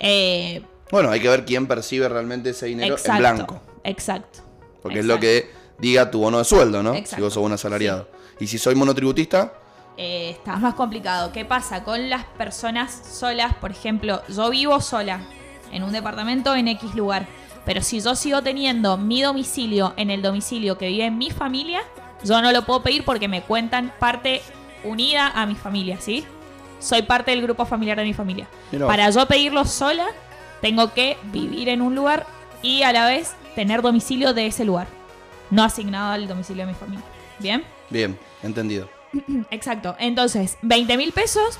[SPEAKER 3] Eh,
[SPEAKER 2] Bueno, hay que ver quién percibe realmente ese dinero
[SPEAKER 3] exacto.
[SPEAKER 2] en blanco.
[SPEAKER 3] Exacto.
[SPEAKER 2] Porque es lo que diga tu bono de sueldo, ¿no? Si
[SPEAKER 3] Exacto.
[SPEAKER 2] vos sos un asalariado. Y si soy monotributista,
[SPEAKER 3] Eh, está más complicado. ¿Qué pasa con las personas solas? Por ejemplo, yo vivo sola en un departamento en X lugar, pero si yo sigo teniendo mi domicilio en el domicilio que vive mi familia, yo no lo puedo pedir porque me cuentan parte unida a mi familia, ¿sí? Soy parte del grupo familiar de mi familia.
[SPEAKER 2] Mirá vos.
[SPEAKER 3] Para yo pedirlo sola, tengo que vivir en un lugar y a la vez tener domicilio de ese lugar, no asignado al domicilio de mi familia. ¿Bien?
[SPEAKER 2] bien, entendido.
[SPEAKER 3] Exacto. Entonces, 20 mil pesos.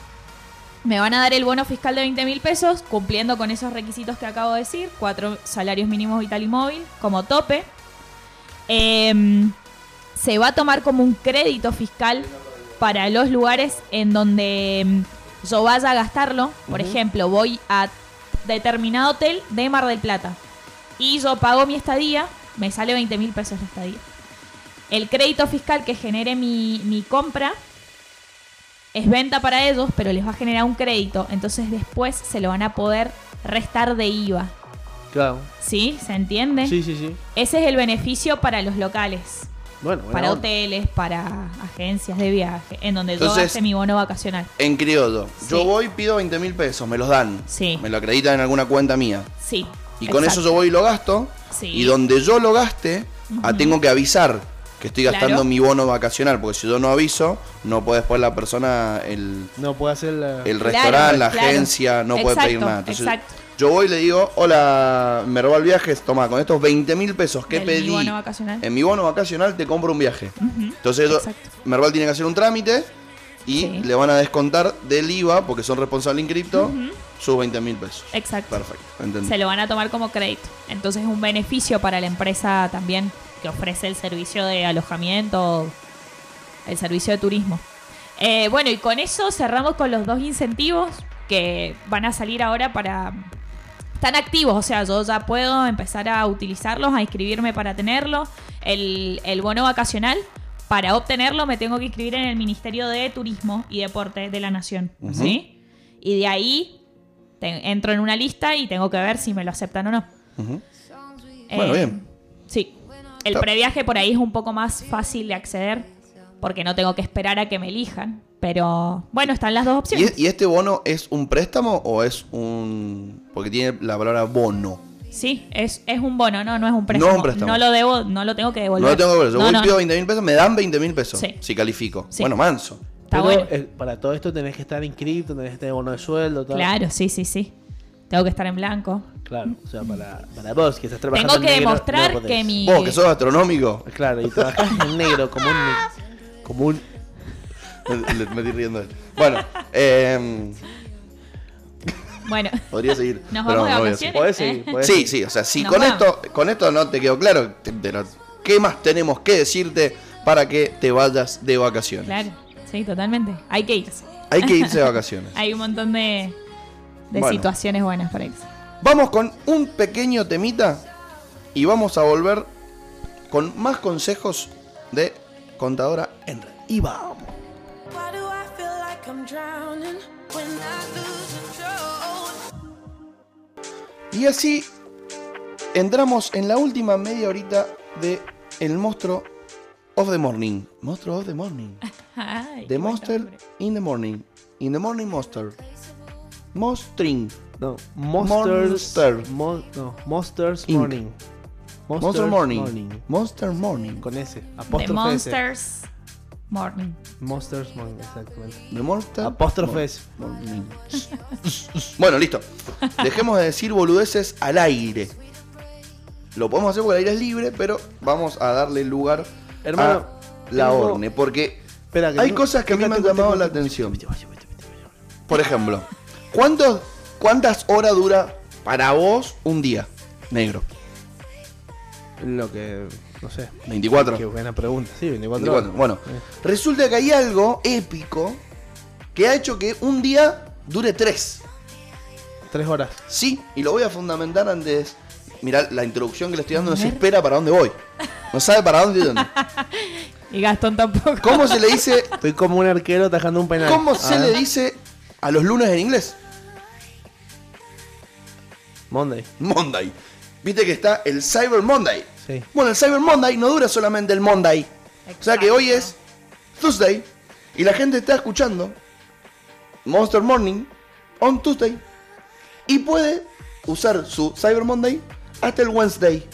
[SPEAKER 3] Me van a dar el bono fiscal de 20 mil pesos, cumpliendo con esos requisitos que acabo de decir. Cuatro salarios mínimos vital y móvil como tope. Em, se va a tomar como un crédito fiscal para los lugares en donde em, yo vaya a gastarlo. Por ejemplo, voy a determinado hotel de Mar del Plata y yo pago mi estadía, me sale 20 mil pesos la estadía. El crédito fiscal que genere mi, mi compra es venta para ellos, pero les va a generar un crédito. Entonces después se lo van a poder restar de IVA.
[SPEAKER 1] Claro.
[SPEAKER 3] ¿Sí? ¿Se entiende?
[SPEAKER 1] Sí, sí, sí.
[SPEAKER 3] Ese es el beneficio para los locales,
[SPEAKER 1] Bueno, buena
[SPEAKER 3] para
[SPEAKER 1] onda.
[SPEAKER 3] hoteles, para agencias de viaje, en donde yo
[SPEAKER 2] Entonces-
[SPEAKER 3] hice mi bono vacacional.
[SPEAKER 2] En criollo. Yo
[SPEAKER 3] Sí.
[SPEAKER 2] voy, pido 20 mil pesos, me los dan.
[SPEAKER 3] Sí.
[SPEAKER 2] Me lo acreditan en alguna cuenta mía.
[SPEAKER 3] Sí.
[SPEAKER 2] Y con eso yo voy y lo gasto.
[SPEAKER 3] Sí.
[SPEAKER 2] Y donde yo lo gaste, ah, tengo que avisar que estoy gastando
[SPEAKER 3] Claro.
[SPEAKER 2] mi bono vacacional. Porque si yo no aviso, no puede después la persona, el,
[SPEAKER 1] No puede hacer la.
[SPEAKER 2] el
[SPEAKER 3] Claro,
[SPEAKER 2] restaurante, la
[SPEAKER 3] claro.
[SPEAKER 2] agencia, no puede
[SPEAKER 3] Exacto,
[SPEAKER 2] pedir nada. Entonces,
[SPEAKER 3] exacto.
[SPEAKER 2] Yo voy y le digo, hola, Merval Viajes, toma, con estos 20 mil pesos que
[SPEAKER 3] Del
[SPEAKER 2] pedí
[SPEAKER 3] mi bono vacacional.
[SPEAKER 2] en mi bono vacacional te compro un viaje.
[SPEAKER 3] Ujú.
[SPEAKER 2] Entonces yo-
[SPEAKER 3] Exacto.
[SPEAKER 2] Merval tiene que hacer un trámite y
[SPEAKER 3] Sí.
[SPEAKER 2] le van a descontar del IVA, porque son responsables en cripto, sus 20 mil pesos.
[SPEAKER 3] Exacto.
[SPEAKER 2] Perfecto, entendí.
[SPEAKER 3] Se lo van a tomar como crédito. Entonces es un beneficio para la empresa también que ofrece el servicio de alojamiento, el servicio de turismo. Eh, bueno, y con eso cerramos con los dos incentivos que van a salir ahora para... Están activos, o sea, yo ya puedo empezar a utilizarlos, a inscribirme para tenerlo. El, el bono vacacional, para obtenerlo me tengo que inscribir en el Ministerio de Turismo y Deporte de la Nación.
[SPEAKER 2] Ujú.
[SPEAKER 3] ¿Sí? Y de ahí te- entro en una lista y tengo que ver si me lo aceptan o no.
[SPEAKER 2] Ujú. Bueno, bien.
[SPEAKER 3] Eh, Sí. El
[SPEAKER 2] Está-
[SPEAKER 3] previaje por ahí es un poco más fácil de acceder porque no tengo que esperar a que me elijan. Pero bueno, están las dos
[SPEAKER 2] ¿Y,
[SPEAKER 3] opciones.
[SPEAKER 2] e- y este bono es un préstamo o es un...? Porque tiene la palabra bono.
[SPEAKER 3] Sí, es, es un bono, no, no es un préstamo.
[SPEAKER 2] No es un préstamo.
[SPEAKER 3] lo debo, no lo tengo que devolver.
[SPEAKER 2] No lo tengo que ver. Yo
[SPEAKER 3] No,
[SPEAKER 2] voy,
[SPEAKER 3] no,
[SPEAKER 2] pido
[SPEAKER 3] no.
[SPEAKER 2] 20 mil pesos, me dan 20 mil pesos.
[SPEAKER 3] Sí.
[SPEAKER 2] Si califico.
[SPEAKER 3] Sí.
[SPEAKER 2] Bueno, manso.
[SPEAKER 3] Está
[SPEAKER 1] Pero,
[SPEAKER 3] bueno.
[SPEAKER 1] eh, para todo esto tenés que estar inscrito, tenés que tener bono de sueldo, tal.
[SPEAKER 3] Claro, sí, sí, sí. Tengo que estar en blanco.
[SPEAKER 1] Claro, o sea, para, para vos que estás trabajando
[SPEAKER 3] Tengo que
[SPEAKER 1] en negro,
[SPEAKER 3] demostrar
[SPEAKER 1] no podés.
[SPEAKER 3] que mi...
[SPEAKER 2] Vos, que sos astronómico.
[SPEAKER 1] Claro, y trabajás en negro como un... Como un...
[SPEAKER 2] me, me estoy riendo. de él. Bueno, eh,
[SPEAKER 3] Bueno,
[SPEAKER 2] podría seguir.
[SPEAKER 3] nos
[SPEAKER 2] pero no,
[SPEAKER 3] vamos
[SPEAKER 2] no
[SPEAKER 3] de
[SPEAKER 2] voy a
[SPEAKER 3] vacaciones.
[SPEAKER 1] Podés
[SPEAKER 3] ¿eh?
[SPEAKER 1] seguir, podés
[SPEAKER 2] Sí,
[SPEAKER 1] seguir.
[SPEAKER 2] sí, o sea, si
[SPEAKER 3] Nos
[SPEAKER 2] con
[SPEAKER 3] vamos.
[SPEAKER 2] esto, con esto no te quedó claro, te- te lo- ¿qué más tenemos que decirte para que te vayas de vacaciones?
[SPEAKER 3] Claro, sí, totalmente. Hay que irse.
[SPEAKER 2] Hay que irse de vacaciones.
[SPEAKER 3] Hay un montón de, de
[SPEAKER 2] Bueno.
[SPEAKER 3] situaciones buenas para irse.
[SPEAKER 2] Vamos con un pequeño temita y vamos a volver con más consejos de contadora en red. Y vamos.
[SPEAKER 4] Why do I feel like I'm drowning when I lose control?
[SPEAKER 2] Y así entramos en la última media horita de El Monstruo of the Morning. Monstruo of the Morning.
[SPEAKER 3] Ay,
[SPEAKER 2] The
[SPEAKER 3] qué buen
[SPEAKER 2] Monster
[SPEAKER 3] nombre.
[SPEAKER 2] in the Morning. In the Morning Monster. Mostring.
[SPEAKER 1] No, Monsters...
[SPEAKER 2] Monster.
[SPEAKER 1] Mon- no, Monsters
[SPEAKER 2] Inc.
[SPEAKER 1] Morning.
[SPEAKER 2] Monster Morning. Monster Morning.
[SPEAKER 1] Con ese, apóstrofe
[SPEAKER 3] The
[SPEAKER 1] ese.
[SPEAKER 3] Monsters Morning.
[SPEAKER 1] Monsters Morning, exactamente.
[SPEAKER 2] The Monster
[SPEAKER 1] Apóstrofe
[SPEAKER 2] Mor-
[SPEAKER 1] ese.
[SPEAKER 2] Morning. bueno, listo. Dejemos de decir boludeces al aire. Lo podemos hacer porque el aire es libre, pero vamos a darle lugar
[SPEAKER 1] Hermano,
[SPEAKER 2] a la
[SPEAKER 1] tengo-
[SPEAKER 2] orne. Porque
[SPEAKER 1] Espera, que
[SPEAKER 2] hay
[SPEAKER 1] tengo-
[SPEAKER 2] cosas que a mí
[SPEAKER 1] tengo-
[SPEAKER 2] me han
[SPEAKER 1] tengo-
[SPEAKER 2] llamado
[SPEAKER 1] tengo-
[SPEAKER 2] la
[SPEAKER 1] tengo-
[SPEAKER 2] atención.
[SPEAKER 1] Vete, vete, vete, vete, vete.
[SPEAKER 2] Por ejemplo, ¿cuántos, ¿cuántas horas dura para vos un día negro?
[SPEAKER 1] Lo que... No sé.
[SPEAKER 2] 24.
[SPEAKER 1] Qué buena pregunta. Sí, 24
[SPEAKER 2] 24. Bueno,
[SPEAKER 1] Eh,
[SPEAKER 2] resulta que hay algo épico que ha hecho que un día dure 3.
[SPEAKER 1] Tres horas.
[SPEAKER 2] Sí, y lo voy a fundamentar antes. Mirá, la introducción que le estoy dando no
[SPEAKER 3] A
[SPEAKER 2] se
[SPEAKER 3] ver.
[SPEAKER 2] espera para dónde voy. No sabe para dónde y dónde.
[SPEAKER 3] Y Gastón tampoco.
[SPEAKER 2] ¿Cómo se le dice,
[SPEAKER 1] Estoy como un arquero tajando un penal.
[SPEAKER 2] cómo
[SPEAKER 1] A
[SPEAKER 2] se
[SPEAKER 1] ver.
[SPEAKER 2] le dice a los lunes en inglés?
[SPEAKER 1] Monday.
[SPEAKER 2] Monday. Viste que está el Cyber Monday.
[SPEAKER 1] Sí.
[SPEAKER 2] Bueno, el Cyber Monday no dura solamente el Monday. O sea que hoy es Tuesday y la gente está escuchando Monster Morning on Tuesday y puede usar su Cyber Monday hasta el Wednesday.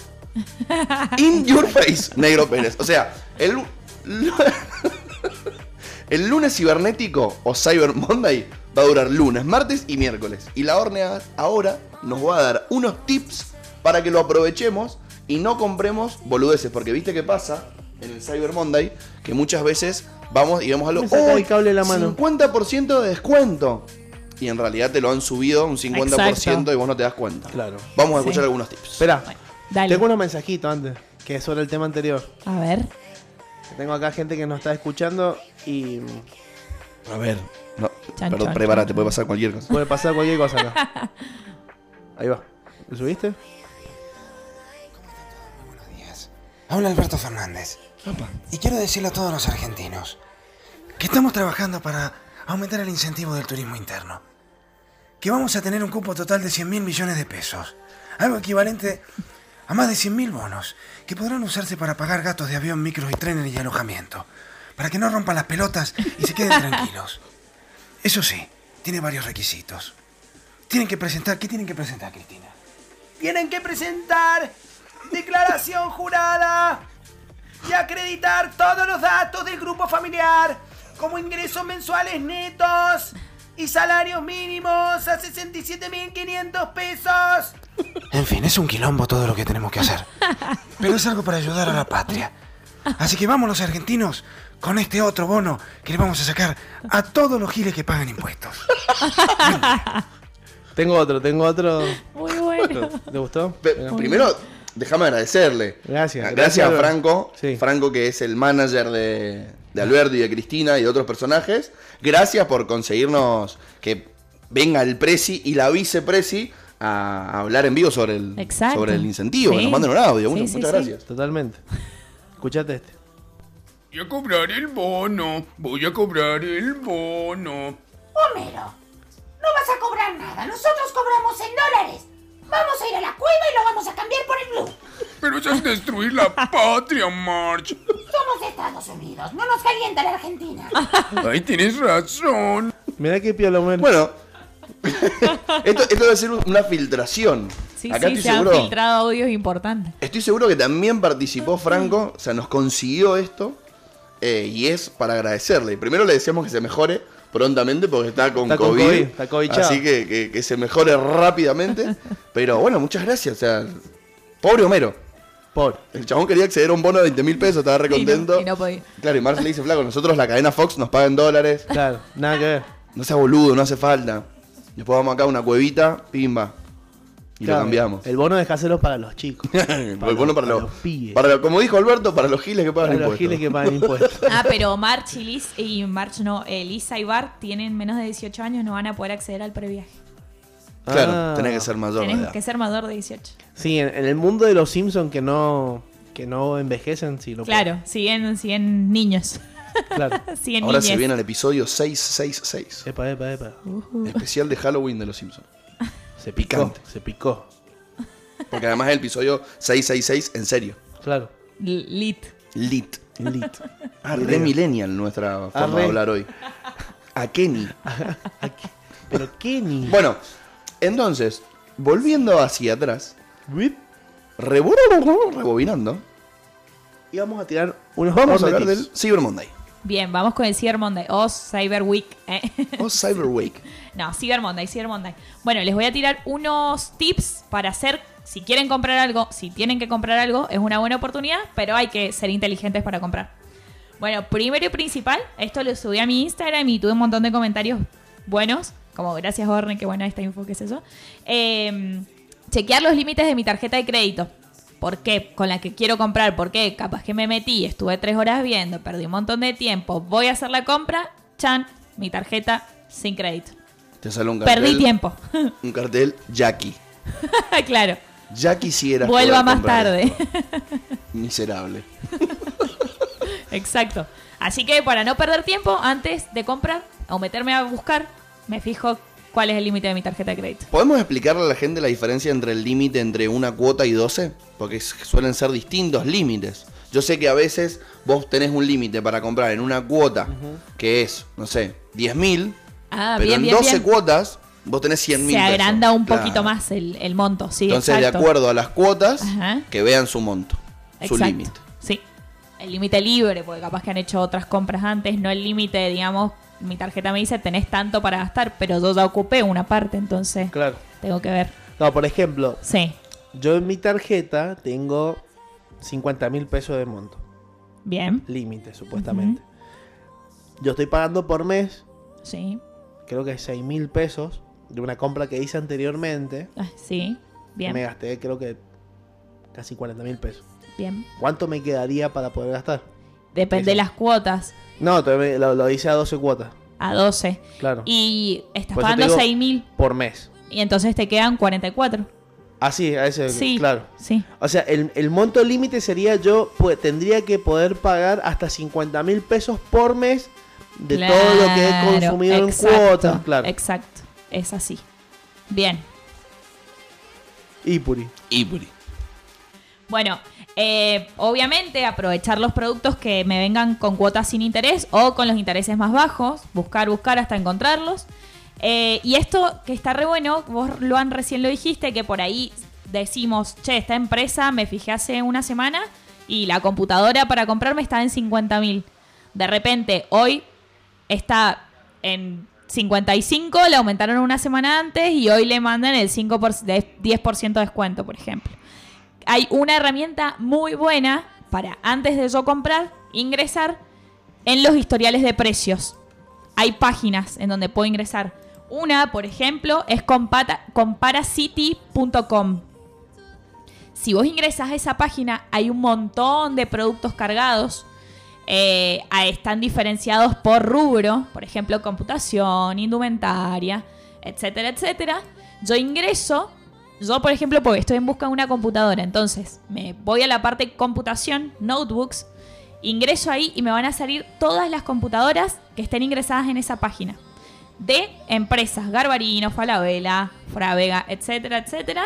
[SPEAKER 2] In your face, negro Pérez. O sea, el, lu- lu- el lunes cibernético o Cyber Monday va a durar lunes, martes y miércoles. Y la hornea ahora nos va a dar unos tips para que lo aprovechemos y no compremos boludeces. Porque viste qué pasa en el Cyber Monday, que muchas veces vamos y vemos algo.
[SPEAKER 1] Me saca el
[SPEAKER 2] "Uy,
[SPEAKER 1] cable de la mano".
[SPEAKER 2] 50% de descuento. Y en realidad te lo han subido un 50%
[SPEAKER 3] Exacto.
[SPEAKER 2] y vos no te das cuenta.
[SPEAKER 1] Claro.
[SPEAKER 2] Vamos a
[SPEAKER 3] Sí.
[SPEAKER 2] escuchar algunos tips.
[SPEAKER 1] Espera.
[SPEAKER 3] Dale.
[SPEAKER 1] Tengo unos mensajitos antes, que es sobre el tema anterior.
[SPEAKER 3] A ver.
[SPEAKER 1] Tengo acá gente que nos está escuchando y mm,
[SPEAKER 2] A ver. No,
[SPEAKER 3] Chan,
[SPEAKER 2] perdón,
[SPEAKER 3] chan,
[SPEAKER 2] prepárate,
[SPEAKER 3] chan.
[SPEAKER 2] puede pasar cualquier cosa.
[SPEAKER 1] puede pasar cualquier cosa acá. Ahí va. ¿Lo subiste?
[SPEAKER 5] Habla Alberto Fernández. Y quiero decirle a todos los argentinos que estamos trabajando para aumentar el incentivo del turismo interno. Que vamos a tener un cupo total de 100 mil millones de pesos. Algo equivalente a más de 100 mil bonos. Que podrán usarse para pagar gastos de avión, micros y trenes y alojamiento. Para que no rompan las pelotas y se queden tranquilos. Eso sí, tiene varios requisitos. Tienen que presentar. ¿Qué tienen que presentar, Cristina?
[SPEAKER 6] tienen que presentar declaración jurada y acreditar todos los datos del grupo familiar, como ingresos mensuales netos y salarios mínimos a 67.500 pesos.
[SPEAKER 5] En fin, es un quilombo todo lo que tenemos que hacer. Pero es algo para ayudar a la patria. Así que vamos los argentinos con este otro bono que le vamos a sacar a todos los giles que pagan impuestos.
[SPEAKER 1] Tengo otro, tengo otro.
[SPEAKER 3] Muy bueno.
[SPEAKER 1] ¿Te gustó?
[SPEAKER 2] Pe-
[SPEAKER 1] Venga.
[SPEAKER 2] primero, déjame agradecerle.
[SPEAKER 1] Gracias,
[SPEAKER 2] A- Gracias,
[SPEAKER 1] gracias,
[SPEAKER 2] a
[SPEAKER 1] Alberto.
[SPEAKER 2] Franco.
[SPEAKER 1] Sí.
[SPEAKER 2] Franco, que es el manager de, de Alberto y de Cristina y de otros personajes. Gracias por conseguirnos que venga el Prezi y la vicepresi a a hablar en vivo sobre el,
[SPEAKER 3] Exacto.
[SPEAKER 2] sobre el incentivo. Que
[SPEAKER 3] Sí.
[SPEAKER 2] nos manden un audio.
[SPEAKER 3] Sí,
[SPEAKER 2] Bueno,
[SPEAKER 3] sí,
[SPEAKER 2] muchas
[SPEAKER 3] sí.
[SPEAKER 2] gracias.
[SPEAKER 1] Totalmente. Escuchate este.
[SPEAKER 7] Voy a cobrar el bono, voy a cobrar el bono.
[SPEAKER 8] Homero, no vas a cobrar nada. Nosotros cobramos en dólares. Vamos a ir a la cueva y lo vamos a cambiar por el blue.
[SPEAKER 7] Pero eso es destruir la patria, March.
[SPEAKER 8] Somos de Estados Unidos. No nos calienta la Argentina.
[SPEAKER 7] Ahí tienes razón.
[SPEAKER 1] Mirá qué piola, Homero.
[SPEAKER 2] Bueno, esto, esto debe ser una filtración.
[SPEAKER 3] Sí,
[SPEAKER 2] Acá
[SPEAKER 3] sí,
[SPEAKER 2] estoy
[SPEAKER 3] se han
[SPEAKER 2] seguro.
[SPEAKER 3] filtrado audios importantes.
[SPEAKER 2] Estoy seguro que también participó Franco, o sea, nos consiguió esto. eh, y es para agradecerle. Primero le decíamos que se mejore prontamente porque está con
[SPEAKER 1] Está con
[SPEAKER 2] COVID.
[SPEAKER 1] COVID, está covichado.
[SPEAKER 2] así que, que- que se mejore rápidamente. Pero bueno, muchas gracias. O sea, pobre Homero.
[SPEAKER 1] Pobre.
[SPEAKER 2] El chabón quería acceder a un bono de 20 mil pesos, estaba re
[SPEAKER 3] Y no-
[SPEAKER 2] contento.
[SPEAKER 3] y no podía.
[SPEAKER 2] Claro, y Marce le dice, flaco, nosotros la cadena Fox nos paga en dólares.
[SPEAKER 1] Claro, nada que ver.
[SPEAKER 2] No sea boludo, no hace falta. Después vamos acá a una cuevita, pimba. Y
[SPEAKER 1] Claro,
[SPEAKER 2] lo cambiamos.
[SPEAKER 1] El bono de casero para los chicos.
[SPEAKER 2] El bono para, los,
[SPEAKER 1] pibes.
[SPEAKER 2] para los- como dijo Alberto, para los giles que pagan
[SPEAKER 1] Para los
[SPEAKER 2] impuestos.
[SPEAKER 1] giles que pagan impuestos.
[SPEAKER 3] Ah, pero March y Liz, y March no, eh, Lisa y Bart tienen menos de 18 años, no van a poder acceder al previaje.
[SPEAKER 2] Claro,
[SPEAKER 1] Ah.
[SPEAKER 2] tenés que ser mayor de
[SPEAKER 3] Tenés
[SPEAKER 2] edad.
[SPEAKER 3] que ser mayor de 18.
[SPEAKER 1] Sí, en, en el mundo de los Simpsons que no, que no envejecen, sí lo
[SPEAKER 3] Claro, siguen, siguen niños.
[SPEAKER 1] puedo. Claro.
[SPEAKER 3] siguen
[SPEAKER 2] Ahora se
[SPEAKER 3] niñes.
[SPEAKER 2] viene el episodio 666.
[SPEAKER 1] Epa, epa, epa.
[SPEAKER 3] Uh.
[SPEAKER 2] Especial de Halloween de los Simpsons.
[SPEAKER 1] Se picó.
[SPEAKER 2] Picante.
[SPEAKER 1] Se picó.
[SPEAKER 2] Porque además es el episodio 666 en serio.
[SPEAKER 1] Claro.
[SPEAKER 3] L- Lit.
[SPEAKER 2] Lit.
[SPEAKER 1] Lit. Ah,
[SPEAKER 2] Ah, re millennial nuestra forma
[SPEAKER 1] re.
[SPEAKER 2] de hablar hoy. A Kenny.
[SPEAKER 1] Pero Kenny.
[SPEAKER 2] Bueno, entonces, volviendo hacia atrás,
[SPEAKER 1] Whip.
[SPEAKER 2] rebo- rebobinando,
[SPEAKER 1] Y vamos a tirar unos
[SPEAKER 2] vamos a
[SPEAKER 1] hornetitos.
[SPEAKER 2] hablar del Cyber Monday.
[SPEAKER 3] Bien, vamos con el Cyber Monday. O Cyber Week. eh.
[SPEAKER 2] O Cyber Week.
[SPEAKER 3] no, Cyber Monday, Cyber Monday. Bueno, les voy a tirar unos tips para hacer, si quieren comprar algo, si tienen que comprar algo, es una buena oportunidad, pero hay que ser inteligentes para comprar. Bueno, primero y principal, esto lo subí a mi Instagram y tuve un montón de comentarios buenos, como gracias Orne, qué buena esta info, qué es eso. Eh, chequear los límites de mi tarjeta de crédito. ¿Por qué? Con la que quiero comprar, ¿por qué? Capaz que me metí, estuve tres horas viendo, perdí un montón de tiempo, voy a hacer la compra, chan, mi tarjeta sin crédito.
[SPEAKER 2] Te sale un cartel.
[SPEAKER 3] Perdí tiempo.
[SPEAKER 2] Un cartel Jackie.
[SPEAKER 3] claro.
[SPEAKER 2] Ya quisieras.
[SPEAKER 3] Vuelva
[SPEAKER 2] poder
[SPEAKER 3] más
[SPEAKER 2] comprar
[SPEAKER 3] tarde.
[SPEAKER 2] esto. Miserable.
[SPEAKER 3] Exacto. Así que para no perder tiempo, antes de comprar o meterme a buscar, me fijo cuál es el límite de mi tarjeta de crédito.
[SPEAKER 2] ¿Podemos explicarle a la gente la diferencia entre el límite entre una cuota y 12? Porque es- suelen ser distintos límites. Yo sé que a veces vos tenés un límite para comprar en una cuota que es, no sé, 10.000, mil,
[SPEAKER 3] Ah,
[SPEAKER 2] pero en 12 cuotas vos tenés 100.000.
[SPEAKER 3] Se
[SPEAKER 2] pesos.
[SPEAKER 3] agranda un
[SPEAKER 2] Claro.
[SPEAKER 3] poquito más el, el monto, sí.
[SPEAKER 2] Entonces,
[SPEAKER 3] exacto.
[SPEAKER 2] de acuerdo a las cuotas,
[SPEAKER 3] Ajá.
[SPEAKER 2] que vean su monto, su
[SPEAKER 3] Exacto.
[SPEAKER 2] límite.
[SPEAKER 3] Sí. El límite libre, porque capaz que han hecho otras compras antes, no el límite, digamos, mi tarjeta me dice tenés tanto para gastar, pero yo ya ocupé una parte, entonces
[SPEAKER 1] Claro.
[SPEAKER 3] tengo que ver.
[SPEAKER 1] No, por ejemplo,
[SPEAKER 3] Sí,
[SPEAKER 1] yo en mi tarjeta tengo 50 mil pesos de monto.
[SPEAKER 3] bien,
[SPEAKER 1] Límite, supuestamente. Yo estoy pagando por mes,
[SPEAKER 3] sí,
[SPEAKER 1] creo que 6 mil pesos de una compra que hice anteriormente.
[SPEAKER 3] ah, sí, bien,
[SPEAKER 1] Me gasté, creo que casi 40 mil pesos.
[SPEAKER 3] bien.
[SPEAKER 1] ¿Cuánto me quedaría para poder gastar?
[SPEAKER 3] Depende de las cuotas,
[SPEAKER 1] No, todavía me- lo, lo hice a 12 cuotas.
[SPEAKER 3] a 12.
[SPEAKER 1] Claro.
[SPEAKER 3] Y estás
[SPEAKER 1] Por eso te
[SPEAKER 3] pagando
[SPEAKER 1] digo-
[SPEAKER 3] 6 mil
[SPEAKER 1] Por mes.
[SPEAKER 3] y entonces te quedan 44.
[SPEAKER 1] Así, a ese,
[SPEAKER 3] Sí,
[SPEAKER 1] Eh, claro.
[SPEAKER 3] Sí,
[SPEAKER 1] O sea, el, el monto límite sería yo pu- tendría que poder pagar hasta 50 mil pesos por mes de todo lo que he consumido
[SPEAKER 3] exacto,
[SPEAKER 1] en cuotas. Claro.
[SPEAKER 3] Exacto, es así. Bien.
[SPEAKER 1] Ipuri.
[SPEAKER 2] Ipuri.
[SPEAKER 3] Bueno, eh, obviamente aprovechar los productos que me vengan con cuotas sin interés o con los intereses más bajos, buscar, buscar hasta encontrarlos. Eh, y esto que está re bueno, vos Luan recién lo dijiste, que por ahí decimos, che, esta empresa me fijé hace una semana y la computadora para comprarme está en 50 mil. De repente, hoy está en 55, le aumentaron una semana antes y hoy le mandan el 5 por, de 10% de descuento, por ejemplo hay una herramienta muy buena para antes de yo comprar, ingresar en los historiales de precios. Hay páginas en donde puedo ingresar. Una, por ejemplo, es compata- comparacity.com. Si vos ingresas a esa página, hay un montón de productos cargados. Eh, ah, están diferenciados por rubro, por ejemplo, computación, indumentaria, etcétera, etcétera. Yo ingreso, yo por ejemplo, porque estoy en busca de una computadora, entonces me voy a la parte computación, notebooks, ingreso ahí y me van a salir todas las computadoras que estén ingresadas en esa página. De empresas, Garbarino, Falabella, Fravega, etcétera, etcétera.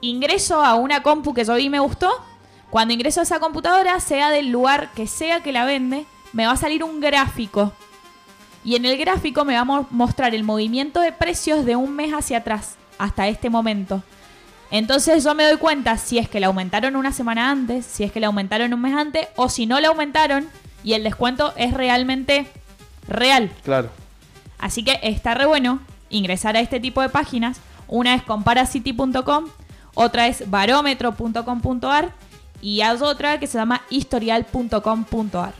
[SPEAKER 3] Ingreso a una compu que yo vi y me gustó. Cuando ingreso a esa computadora, sea del lugar que sea que la vende, me va a salir un gráfico. Y en el gráfico me va a mo- mostrar el movimiento de precios de un mes hacia atrás, hasta este momento. Entonces yo me doy cuenta si es que la aumentaron una semana antes, si es que la aumentaron un mes antes, o si no la aumentaron y el descuento es realmente real.
[SPEAKER 1] Claro.
[SPEAKER 3] Así que está re bueno ingresar a este tipo de páginas. Una es comparacity.com, otra es barómetro.com.ar y hay otra que se llama historial.com.ar.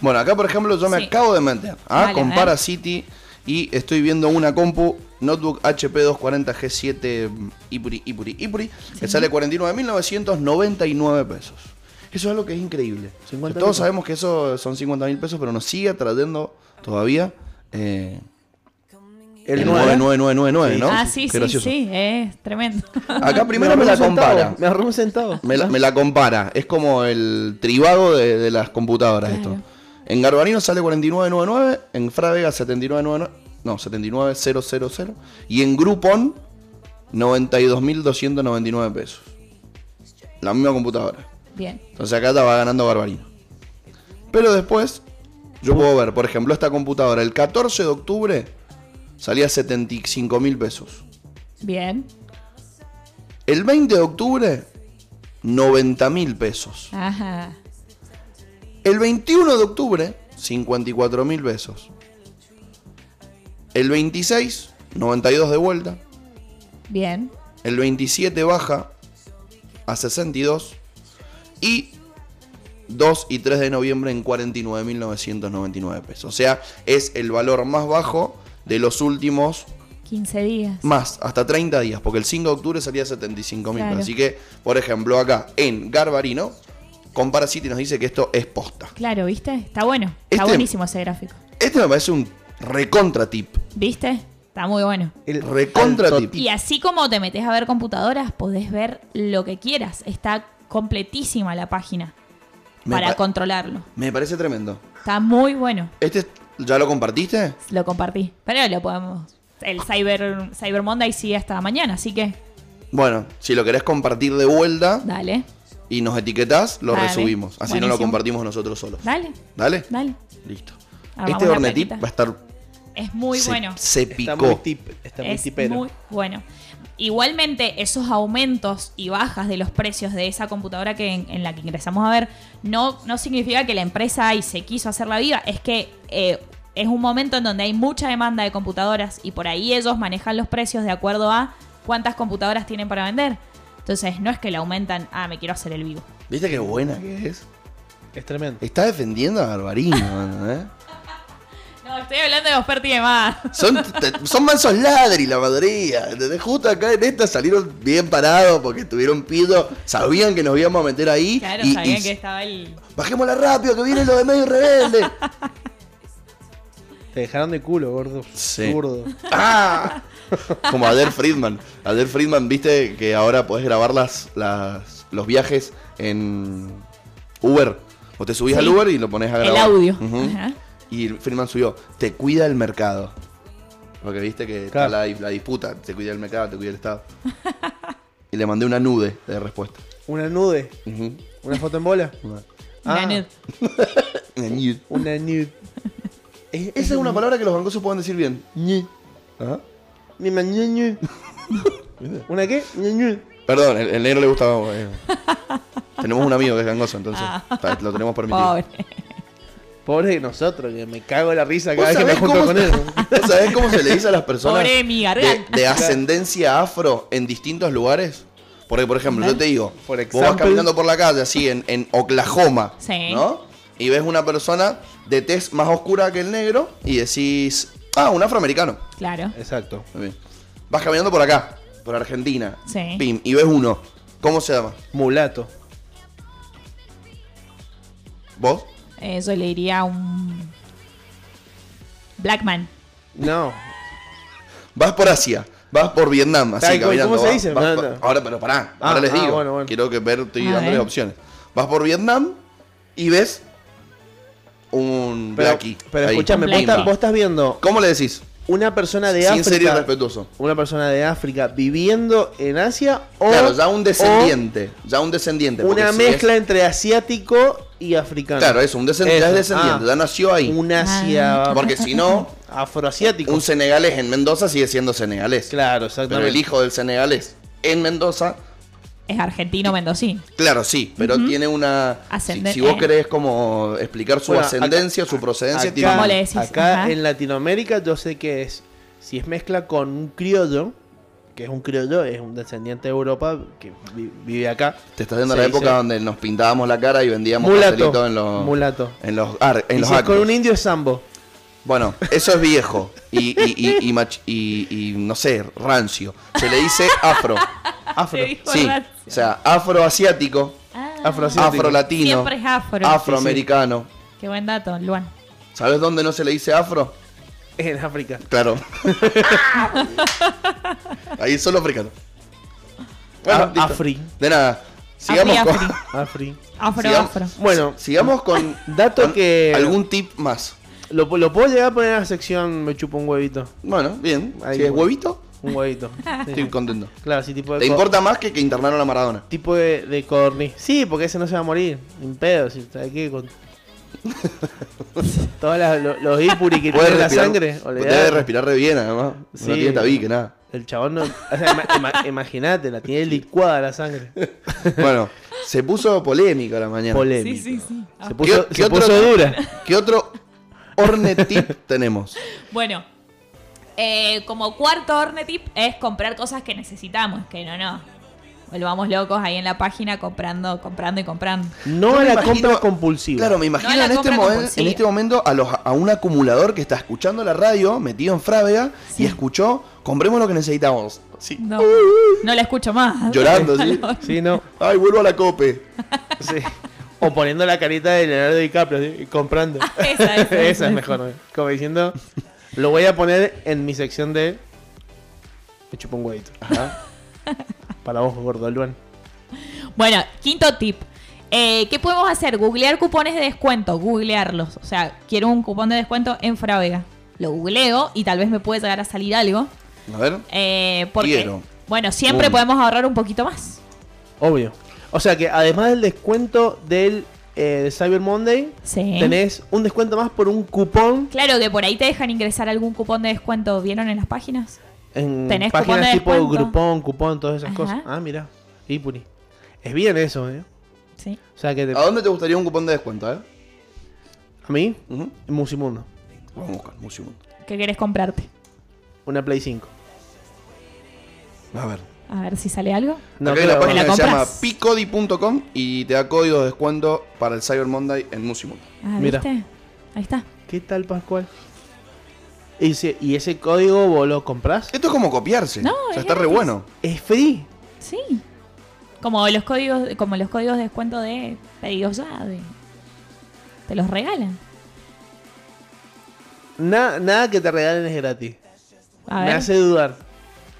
[SPEAKER 2] Bueno, acá por ejemplo yo me
[SPEAKER 3] Sí.
[SPEAKER 2] acabo de meter. Ah,
[SPEAKER 3] Dale, a
[SPEAKER 2] compara
[SPEAKER 3] ver.
[SPEAKER 2] City y estoy viendo una compu Notebook HP 240G7 mm, Ipuri, Ipuri, Ipuri, que sale 49.999 pesos. Eso es algo que es increíble.
[SPEAKER 1] 50
[SPEAKER 2] Todos
[SPEAKER 1] lucas.
[SPEAKER 2] sabemos que eso son 50 mil pesos, pero nos sigue atrayendo todavía eh, el,
[SPEAKER 1] El 9.
[SPEAKER 2] 9999, ¿no?
[SPEAKER 3] ah, sí,
[SPEAKER 2] Qué
[SPEAKER 3] sí,
[SPEAKER 2] gracioso.
[SPEAKER 3] sí, es tremendo.
[SPEAKER 2] Acá Ah, primero me la compara.
[SPEAKER 1] Me ahorré un centavo.
[SPEAKER 2] Me la, me la compara. Es como el tribago de, de las computadoras
[SPEAKER 3] Claro.
[SPEAKER 2] esto. En Garbarino sale 49.99, en Fravega 79.99, no, 79.000 y en Groupon 92.299 pesos. La misma computadora.
[SPEAKER 3] Bien.
[SPEAKER 2] Entonces acá estaba ganando Barbarino. Pero después, yo puedo ver, por ejemplo, esta computadora el 14 de octubre salía 75 mil pesos.
[SPEAKER 3] Bien.
[SPEAKER 2] El 20 de octubre, 90 mil pesos.
[SPEAKER 3] Ajá.
[SPEAKER 2] El 21 de octubre, 54 mil pesos. El 26, 92 de vuelta.
[SPEAKER 3] Bien.
[SPEAKER 2] El 27 baja a 62. Y 2 y 3 de noviembre en 49.999 pesos. O sea, es el valor más bajo de los últimos
[SPEAKER 3] 15 días.
[SPEAKER 2] más, hasta 30 días, porque el 5 de octubre salía 75 mil.
[SPEAKER 3] Claro.
[SPEAKER 2] Así que, por ejemplo, acá en Garbarino, Compara City nos dice que esto es posta.
[SPEAKER 3] Claro, ¿viste? Está bueno.
[SPEAKER 2] Este-
[SPEAKER 3] Está buenísimo ese gráfico.
[SPEAKER 2] Este me parece un recontra tip.
[SPEAKER 3] ¿Viste? Está muy bueno.
[SPEAKER 1] El
[SPEAKER 2] Recontra
[SPEAKER 1] alto
[SPEAKER 2] tip.
[SPEAKER 3] Y así como te metes a ver computadoras, podés ver lo que quieras. Está completísima la página
[SPEAKER 2] Me
[SPEAKER 3] para
[SPEAKER 2] pa-
[SPEAKER 3] controlarlo.
[SPEAKER 2] Me parece tremendo.
[SPEAKER 3] Está muy bueno.
[SPEAKER 2] ¿Este ya lo compartiste?
[SPEAKER 3] Lo compartí. Pero lo podemos. El Cyber, Cyber Monday sigue hasta mañana, así que
[SPEAKER 2] Bueno, si lo querés compartir de vuelta
[SPEAKER 3] dale.
[SPEAKER 2] y nos etiquetás, lo
[SPEAKER 3] Dale.
[SPEAKER 2] resubimos. Así no lo
[SPEAKER 3] Buenísimo.
[SPEAKER 2] compartimos nosotros solos.
[SPEAKER 3] Dale,
[SPEAKER 2] ¿Dale?
[SPEAKER 3] dale.
[SPEAKER 2] Listo.
[SPEAKER 3] Armamos
[SPEAKER 2] este
[SPEAKER 3] una
[SPEAKER 2] hornetip
[SPEAKER 3] plaquita.
[SPEAKER 2] va a estar
[SPEAKER 3] Es muy
[SPEAKER 2] se,
[SPEAKER 3] bueno.
[SPEAKER 2] Se
[SPEAKER 1] Está muy
[SPEAKER 2] picó.
[SPEAKER 1] tip. Está muy
[SPEAKER 3] es
[SPEAKER 1] tipero.
[SPEAKER 3] muy bueno. Igualmente, esos aumentos y bajas de los precios de esa computadora que en, en la que ingresamos a ver no, no significa que la empresa ahí se quiso hacer la viva. Es que eh, es un momento en donde hay mucha demanda de computadoras y por ahí ellos manejan los precios de acuerdo a cuántas computadoras tienen para vender. Entonces, no es que le aumentan, ah, me quiero hacer el vivo.
[SPEAKER 2] ¿Viste qué buena que es?
[SPEAKER 1] Es tremendo.
[SPEAKER 2] Está defendiendo a Barbarino, mano, ¿eh?
[SPEAKER 3] No, estoy hablando de oferta y demás.
[SPEAKER 2] Son, te- son mansos ladri la mayoría. Desde justo acá en esta salieron bien parados porque tuvieron pido. Sabían que nos íbamos a meter ahí.
[SPEAKER 3] Claro,
[SPEAKER 2] y-
[SPEAKER 3] sabían
[SPEAKER 2] y-
[SPEAKER 3] que estaba el.
[SPEAKER 2] Bajémosla rápido que viene lo de medio rebelde. Eh,
[SPEAKER 1] Te dejaron de culo, gordo.
[SPEAKER 2] Sí.
[SPEAKER 1] Zurdo.
[SPEAKER 2] ¡Ah! Como Adel Friedman. Adel Friedman, viste que ahora podés grabar las, las, los viajes en Uber. O te subís
[SPEAKER 3] Sí.
[SPEAKER 2] al Uber y lo pones a
[SPEAKER 3] El
[SPEAKER 2] grabar.
[SPEAKER 3] audio.
[SPEAKER 2] Ujú.
[SPEAKER 3] Ajá.
[SPEAKER 2] Y Friedman subió, te cuida el mercado. Porque viste que está
[SPEAKER 1] Claro.
[SPEAKER 2] la, di- la disputa, te cuida el mercado, te cuida el Estado. y le mandé una nude de respuesta.
[SPEAKER 1] Una nude.
[SPEAKER 2] Ujú.
[SPEAKER 1] Una foto en bola.
[SPEAKER 2] Una-
[SPEAKER 1] Ah,
[SPEAKER 3] Una nud.
[SPEAKER 2] una nude.
[SPEAKER 1] Una nude. Es-
[SPEAKER 2] Esa es una palabra que los bancos pueden decir bien.
[SPEAKER 1] Ñu.
[SPEAKER 2] Ajá.
[SPEAKER 1] Mi ma- ñu, ñu. ¿Una qué? Ñu, ñu.
[SPEAKER 2] Perdón, el, el negro le gustaba. eh. tenemos un amigo que es gangoso, entonces está- lo tenemos permitido.
[SPEAKER 3] Ah. Pobre.
[SPEAKER 1] Pobre de nosotros, que me cago en la risa
[SPEAKER 2] ¿Vos
[SPEAKER 1] cada vez que me
[SPEAKER 2] sabés
[SPEAKER 1] junto
[SPEAKER 2] cómo
[SPEAKER 1] con
[SPEAKER 2] se-
[SPEAKER 1] él.
[SPEAKER 2] ¿Vos sabés cómo se le dice a las personas
[SPEAKER 3] Pobre de mi
[SPEAKER 2] de,
[SPEAKER 3] garganta.
[SPEAKER 2] de ascendencia afro en distintos lugares? Porque, por ejemplo, yo te digo,
[SPEAKER 1] Por
[SPEAKER 2] vos vas
[SPEAKER 1] example.
[SPEAKER 2] caminando por la calle, así, en, en Oklahoma,
[SPEAKER 3] Sí.
[SPEAKER 2] ¿no? Y ves una persona de tez más oscura que el negro y decís, ah, un afroamericano.
[SPEAKER 3] Claro.
[SPEAKER 1] Exacto.
[SPEAKER 2] Muy bien. Vas caminando por acá, por Argentina,
[SPEAKER 3] Sí.
[SPEAKER 2] pim, y ves uno. ¿Cómo se llama?
[SPEAKER 1] Mulato.
[SPEAKER 2] ¿Vos?
[SPEAKER 3] Eso le diría un. Blackman.
[SPEAKER 1] No.
[SPEAKER 2] Vas por Asia, vas por Vietnam, así
[SPEAKER 1] Tal cual,
[SPEAKER 2] caminando.
[SPEAKER 1] ¿cómo se
[SPEAKER 2] vas-
[SPEAKER 1] dice?
[SPEAKER 2] vas
[SPEAKER 1] No,
[SPEAKER 2] por-
[SPEAKER 1] no.
[SPEAKER 2] Ahora, pero pará,
[SPEAKER 1] Ah,
[SPEAKER 2] ahora les
[SPEAKER 1] ah,
[SPEAKER 2] digo.
[SPEAKER 1] bueno, bueno.
[SPEAKER 2] Quiero que ver, estoy
[SPEAKER 3] A
[SPEAKER 2] dándoles
[SPEAKER 3] ver.
[SPEAKER 2] opciones. Vas por Vietnam y ves un
[SPEAKER 1] Pero,
[SPEAKER 2] blackie.
[SPEAKER 1] pero
[SPEAKER 2] E. ahí.
[SPEAKER 1] escúchame, vos,
[SPEAKER 3] Blackie.
[SPEAKER 1] estás- vos estás viendo
[SPEAKER 2] ¿Cómo le decís?
[SPEAKER 1] una persona de
[SPEAKER 2] Sin
[SPEAKER 1] África.
[SPEAKER 2] ser irrespetuoso.
[SPEAKER 1] Una persona de África viviendo en Asia o.
[SPEAKER 2] claro, ya un
[SPEAKER 1] o
[SPEAKER 2] descendiente, ya un descendiente. porque
[SPEAKER 1] Una
[SPEAKER 2] si
[SPEAKER 1] mezcla
[SPEAKER 2] es-
[SPEAKER 1] entre asiático y africano.
[SPEAKER 2] claro, eso, un descendiente, ya es
[SPEAKER 1] Eso,
[SPEAKER 2] descendiente,
[SPEAKER 1] ah.
[SPEAKER 2] ya nació ahí.
[SPEAKER 1] Un Asia.
[SPEAKER 2] Porque si no,
[SPEAKER 1] Afroasiático.
[SPEAKER 2] un senegalés en Mendoza sigue siendo senegalés.
[SPEAKER 1] Claro,
[SPEAKER 2] Pero
[SPEAKER 1] exactamente.
[SPEAKER 2] el hijo del senegalés en Mendoza
[SPEAKER 3] Es argentino mendocino.
[SPEAKER 2] Claro, sí, pero tiene una.
[SPEAKER 3] Ascenden-
[SPEAKER 2] si, si vos
[SPEAKER 3] eh.
[SPEAKER 2] querés como explicar su
[SPEAKER 1] Bueno,
[SPEAKER 2] ascendencia,
[SPEAKER 1] acá-
[SPEAKER 2] su procedencia,
[SPEAKER 1] acá-
[SPEAKER 2] tiene-
[SPEAKER 3] ¿Cómo le decís?
[SPEAKER 1] Acá
[SPEAKER 3] Ajá.
[SPEAKER 1] en Latinoamérica yo sé que es, si es mezcla con un criollo, que es un criollo, es un descendiente de Europa que vi- vive acá.
[SPEAKER 2] te estás viendo
[SPEAKER 1] Se
[SPEAKER 2] la
[SPEAKER 1] dice-
[SPEAKER 2] época donde nos pintábamos la cara y vendíamos
[SPEAKER 1] Mulato,
[SPEAKER 2] pastelitos en los.
[SPEAKER 1] mulato.
[SPEAKER 2] En los, ar- en
[SPEAKER 1] Y
[SPEAKER 2] los
[SPEAKER 1] si es
[SPEAKER 2] actos.
[SPEAKER 1] con un indio es sambo.
[SPEAKER 2] Bueno, eso es viejo. Y, y, y, y, mach- y- y, no sé, rancio. Se le dice afro.
[SPEAKER 1] Afro.
[SPEAKER 3] Sí.
[SPEAKER 2] sí. O sea, afroasiático,
[SPEAKER 1] Afroasiático.
[SPEAKER 2] afrolatino,
[SPEAKER 3] Ah, Siempre es afro.
[SPEAKER 2] afroamericano.
[SPEAKER 3] Qué buen dato, Luan.
[SPEAKER 2] ¿Sabes dónde no se le dice afro?
[SPEAKER 1] En África.
[SPEAKER 2] Claro. Ahí solo africano.
[SPEAKER 1] Bueno,
[SPEAKER 2] Ah, listo.
[SPEAKER 1] afri.
[SPEAKER 2] De nada. Sigamos
[SPEAKER 3] Afri,
[SPEAKER 2] con.
[SPEAKER 3] afri.
[SPEAKER 1] Afri.
[SPEAKER 3] Afro,
[SPEAKER 2] sigamos-
[SPEAKER 3] afro.
[SPEAKER 1] Bueno,
[SPEAKER 2] Sigamos con.
[SPEAKER 1] Dato
[SPEAKER 2] con
[SPEAKER 1] que-
[SPEAKER 2] Algún tip más.
[SPEAKER 1] lo, lo puedo llegar a poner en la sección me chupo un huevito.
[SPEAKER 2] Bueno, bien.
[SPEAKER 1] Ahí,
[SPEAKER 2] si es
[SPEAKER 1] bueno.
[SPEAKER 2] huevito,
[SPEAKER 1] Un huevito. Sí.
[SPEAKER 2] estoy contento.
[SPEAKER 1] Claro, sí, tipo de...
[SPEAKER 2] ¿Te
[SPEAKER 1] co-
[SPEAKER 2] importa más que que internaron a Maradona?
[SPEAKER 1] Tipo de, de corny. Sí, porque ese no se va a morir. Sin pedo. Si, ¿sabes qué? Con... Todos los, los ípuris que
[SPEAKER 2] Puede
[SPEAKER 1] tienen la
[SPEAKER 2] respirar.
[SPEAKER 1] sangre.
[SPEAKER 2] debe
[SPEAKER 1] olvidate.
[SPEAKER 2] respirar re bien, además.
[SPEAKER 1] Sí.
[SPEAKER 2] No tiene tabique, nada.
[SPEAKER 1] El chabón no. O sea, ima- ima- imagínate, la tiene licuada la sangre.
[SPEAKER 2] Bueno, se puso polémica la mañana.
[SPEAKER 1] Polémico.
[SPEAKER 3] Sí, sí, sí.
[SPEAKER 1] Se puso,
[SPEAKER 2] ¿Qué-
[SPEAKER 1] se
[SPEAKER 2] qué
[SPEAKER 1] puso
[SPEAKER 2] otro-
[SPEAKER 1] dura.
[SPEAKER 2] ¿Qué otro horne tip tenemos?
[SPEAKER 3] Bueno, eh, como cuarto horne tip es comprar cosas que necesitamos, que no, no. Volvamos locos ahí en la página comprando, comprando y comprando.
[SPEAKER 1] No
[SPEAKER 2] Yo
[SPEAKER 1] a
[SPEAKER 2] me
[SPEAKER 1] la
[SPEAKER 2] imagino-
[SPEAKER 1] compra compulsiva.
[SPEAKER 2] Claro, me imagino
[SPEAKER 3] No la
[SPEAKER 2] en, este
[SPEAKER 3] compra
[SPEAKER 2] momen-
[SPEAKER 3] compulsiva.
[SPEAKER 2] en este momento a, los, a un acumulador que está escuchando la radio, metido en Frávega, y escuchó, compremos lo que necesitamos. Sí.
[SPEAKER 3] No, no la escucho más.
[SPEAKER 2] Llorando, sí.
[SPEAKER 1] Sí, no.
[SPEAKER 2] Ay, vuelvo a la cope.
[SPEAKER 1] Sí. O poniendo la carita de Leonardo DiCaprio, ¿sí? comprando.
[SPEAKER 3] Esa, esa,
[SPEAKER 1] Esa
[SPEAKER 3] esa.
[SPEAKER 1] es mejor. ¿no? Como diciendo, lo voy a poner en mi sección de. Me chupo un huevito. Para vos, gordo Luan.
[SPEAKER 3] Bueno, quinto tip. Eh, ¿Qué podemos hacer? Googlear cupones de descuento, googlearlos. O sea, quiero un cupón de descuento en Fravega. Lo googleo y tal vez me puede llegar a salir algo.
[SPEAKER 2] A ver.
[SPEAKER 3] Eh, porque,
[SPEAKER 2] Quiero.
[SPEAKER 3] Bueno, siempre
[SPEAKER 2] Un-
[SPEAKER 3] podemos ahorrar un poquito más.
[SPEAKER 1] Obvio. O sea que además del descuento del eh, Cyber Monday,
[SPEAKER 3] Sí.
[SPEAKER 1] tenés un descuento más por un cupón
[SPEAKER 3] Claro que por ahí te dejan ingresar algún cupón de descuento. ¿Vieron en las páginas?
[SPEAKER 1] en
[SPEAKER 3] Tenés cupón
[SPEAKER 1] páginas
[SPEAKER 3] de
[SPEAKER 1] tipo
[SPEAKER 3] descuento.
[SPEAKER 1] Groupon, cupón, todas esas
[SPEAKER 3] Ajá.
[SPEAKER 1] cosas. Ah, mira. Ipuri. Es bien eso, ¿eh?
[SPEAKER 3] Sí.
[SPEAKER 1] O sea que te-
[SPEAKER 2] ¿A dónde te gustaría un cupón de descuento, eh?
[SPEAKER 1] a mí,
[SPEAKER 2] Ujú.
[SPEAKER 1] Musimundo.
[SPEAKER 2] Vamos a buscar, músico.
[SPEAKER 3] ¿Qué querés comprarte?
[SPEAKER 1] Una Play 5.
[SPEAKER 2] A ver.
[SPEAKER 3] A ver si sale algo.
[SPEAKER 2] Acá hay una
[SPEAKER 1] pero-
[SPEAKER 2] página
[SPEAKER 3] ¿Me
[SPEAKER 2] que
[SPEAKER 3] la
[SPEAKER 2] se llama
[SPEAKER 3] compras?
[SPEAKER 2] picodi.com y te da códigos de descuento para el Cyber Monday en Music Mundo.
[SPEAKER 3] Ah,
[SPEAKER 1] Mira.
[SPEAKER 3] ¿viste? Ahí está.
[SPEAKER 1] ¿Qué tal, Pascual? Y ese, y ese código vos lo comprás.
[SPEAKER 2] Esto es como copiarse.
[SPEAKER 3] No,
[SPEAKER 2] o sea,
[SPEAKER 3] es
[SPEAKER 2] está re
[SPEAKER 3] gratis.
[SPEAKER 2] bueno.
[SPEAKER 1] Es free.
[SPEAKER 3] Sí. Como los códigos, como los códigos de descuento de pedidos ya, de- te los regalan.
[SPEAKER 1] Na- nada que te regalen es gratis.
[SPEAKER 3] A
[SPEAKER 1] Me
[SPEAKER 3] ver.
[SPEAKER 1] hace dudar.